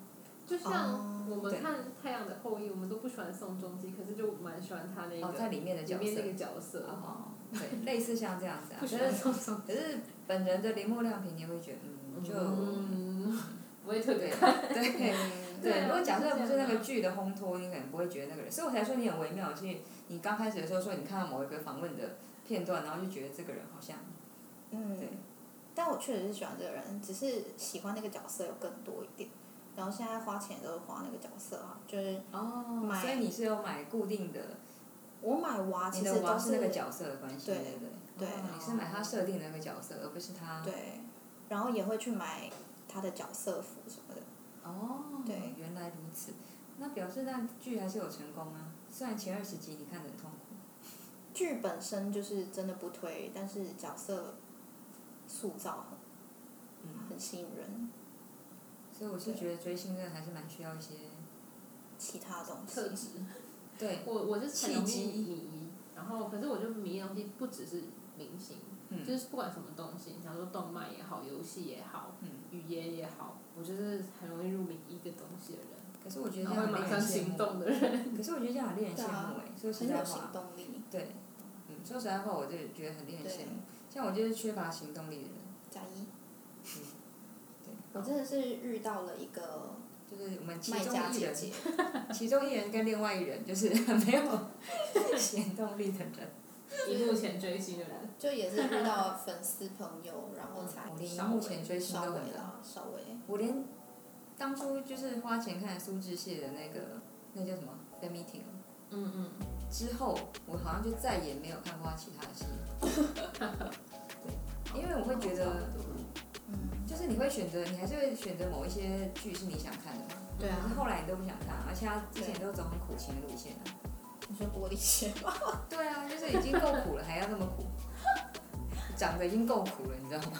[SPEAKER 1] 就像我
[SPEAKER 3] 哦对
[SPEAKER 1] 们看《太阳的后裔》，我们都不喜欢宋仲基，可是就蛮喜欢他那
[SPEAKER 3] 哦，
[SPEAKER 1] 个
[SPEAKER 3] 在里面的
[SPEAKER 1] 里
[SPEAKER 3] 角
[SPEAKER 1] 面那个
[SPEAKER 3] 色。
[SPEAKER 1] 角色，
[SPEAKER 3] 哦，对，类似像这样子啊，
[SPEAKER 1] 不
[SPEAKER 3] 可
[SPEAKER 1] 喜欢
[SPEAKER 3] 是
[SPEAKER 1] 宋仲
[SPEAKER 3] 可是本人的铃木亮平，你会觉得嗯
[SPEAKER 1] 基。
[SPEAKER 3] 就。
[SPEAKER 1] 嗯， 不会特
[SPEAKER 3] 对
[SPEAKER 1] 别
[SPEAKER 3] 对，
[SPEAKER 2] 嗯
[SPEAKER 1] 对
[SPEAKER 3] 对，
[SPEAKER 1] 啊
[SPEAKER 3] 如果假设
[SPEAKER 1] 就
[SPEAKER 3] 不
[SPEAKER 1] 是这
[SPEAKER 3] 是那
[SPEAKER 1] 样啊
[SPEAKER 3] 个剧的烘托，你可能不会觉得那个人，所以我才说你很微妙，是你刚开始的时候说你看到某一个访问的片段，然后就觉得这个人好像，
[SPEAKER 2] 嗯
[SPEAKER 3] 对，
[SPEAKER 2] 但我确实是喜欢这个人，只是喜欢那个角色有更多一点。然后现在花钱都是花那个角色啊，就是
[SPEAKER 3] 哦
[SPEAKER 2] 买
[SPEAKER 3] 所以你是有买固定的，
[SPEAKER 2] 我买娃啊其
[SPEAKER 3] 你
[SPEAKER 2] 实
[SPEAKER 3] 的
[SPEAKER 2] 都
[SPEAKER 3] 娃是那个角色的关系，
[SPEAKER 2] 对
[SPEAKER 3] 对不对？
[SPEAKER 2] 对
[SPEAKER 3] 哦你是买他设定的那个角色，而不是他。
[SPEAKER 2] 对，然后也会去买他的角色服什么的。
[SPEAKER 3] 哦，
[SPEAKER 2] 对
[SPEAKER 3] 原来如此。那表示那剧还是有成功啊，虽然前二十集你看得很痛苦。
[SPEAKER 2] 剧本身就是真的不推，但是角色塑造很
[SPEAKER 3] 嗯，
[SPEAKER 2] 很吸引人，
[SPEAKER 3] 所以我是觉得追星真的还是蛮需要一些
[SPEAKER 2] 其他东
[SPEAKER 1] 特
[SPEAKER 2] 西
[SPEAKER 1] 质。
[SPEAKER 3] 对，
[SPEAKER 1] 我我就是很容
[SPEAKER 3] 契
[SPEAKER 1] 易
[SPEAKER 3] 机
[SPEAKER 1] 迷，然后可是我就迷的东西不只是明星，
[SPEAKER 3] 嗯
[SPEAKER 1] 就是不管什么东西，你想说动漫也好，游戏也好，
[SPEAKER 3] 嗯。
[SPEAKER 1] 语言也好，我就是很容易入迷一个东西的人，
[SPEAKER 3] 可是我觉得
[SPEAKER 1] 然
[SPEAKER 3] 这
[SPEAKER 1] 后
[SPEAKER 3] 样
[SPEAKER 1] 会
[SPEAKER 3] 很
[SPEAKER 1] 马
[SPEAKER 3] 令
[SPEAKER 1] 上
[SPEAKER 3] 人羡
[SPEAKER 1] 行
[SPEAKER 3] 慕。
[SPEAKER 1] 动的 人。
[SPEAKER 3] 可是我觉得这样很令人羡
[SPEAKER 2] 对啊
[SPEAKER 3] 慕哎、说实
[SPEAKER 2] 很
[SPEAKER 3] 在
[SPEAKER 2] 有
[SPEAKER 3] 话
[SPEAKER 2] 行，动力，
[SPEAKER 3] 对，嗯，说实在话，我就觉得很令人羡
[SPEAKER 2] 对
[SPEAKER 3] 慕。像我就是缺乏行动力的人，
[SPEAKER 2] 加一。
[SPEAKER 3] 嗯，对，
[SPEAKER 2] 我真的是遇到了一个
[SPEAKER 3] 就是我们其
[SPEAKER 2] 卖
[SPEAKER 3] 中
[SPEAKER 2] 家
[SPEAKER 3] 一
[SPEAKER 2] 姐
[SPEAKER 3] 人，
[SPEAKER 2] 姐，
[SPEAKER 3] 其中一人跟另外一人就是 很没有行动力的人，
[SPEAKER 1] 一路前追星的人，
[SPEAKER 2] 就也是遇到粉丝朋友，然后才
[SPEAKER 3] 嗯我连
[SPEAKER 2] 稍
[SPEAKER 3] 目前
[SPEAKER 2] 微
[SPEAKER 3] 追星
[SPEAKER 2] 稍
[SPEAKER 3] 都
[SPEAKER 2] 微
[SPEAKER 3] 很难。
[SPEAKER 2] 啦，稍微
[SPEAKER 3] 我连当初就是花钱看苏志燮的那个那叫什么 The Meeting
[SPEAKER 1] 嗯嗯，
[SPEAKER 3] 之后，我好像就再也没有看过他其他的戏了。 对，因为我会觉得，
[SPEAKER 2] 嗯，
[SPEAKER 3] 就是你会选择，你还是会选择某一些剧是你想看的嘛。
[SPEAKER 2] 对
[SPEAKER 3] 可是
[SPEAKER 2] 啊，
[SPEAKER 3] 后来你都不想看，而且他之前都走很苦情的路线啊。
[SPEAKER 2] 你说玻璃鞋吗？
[SPEAKER 3] 对啊，就是已经够苦了，还要那么苦，长得已经够苦了，你知道吗？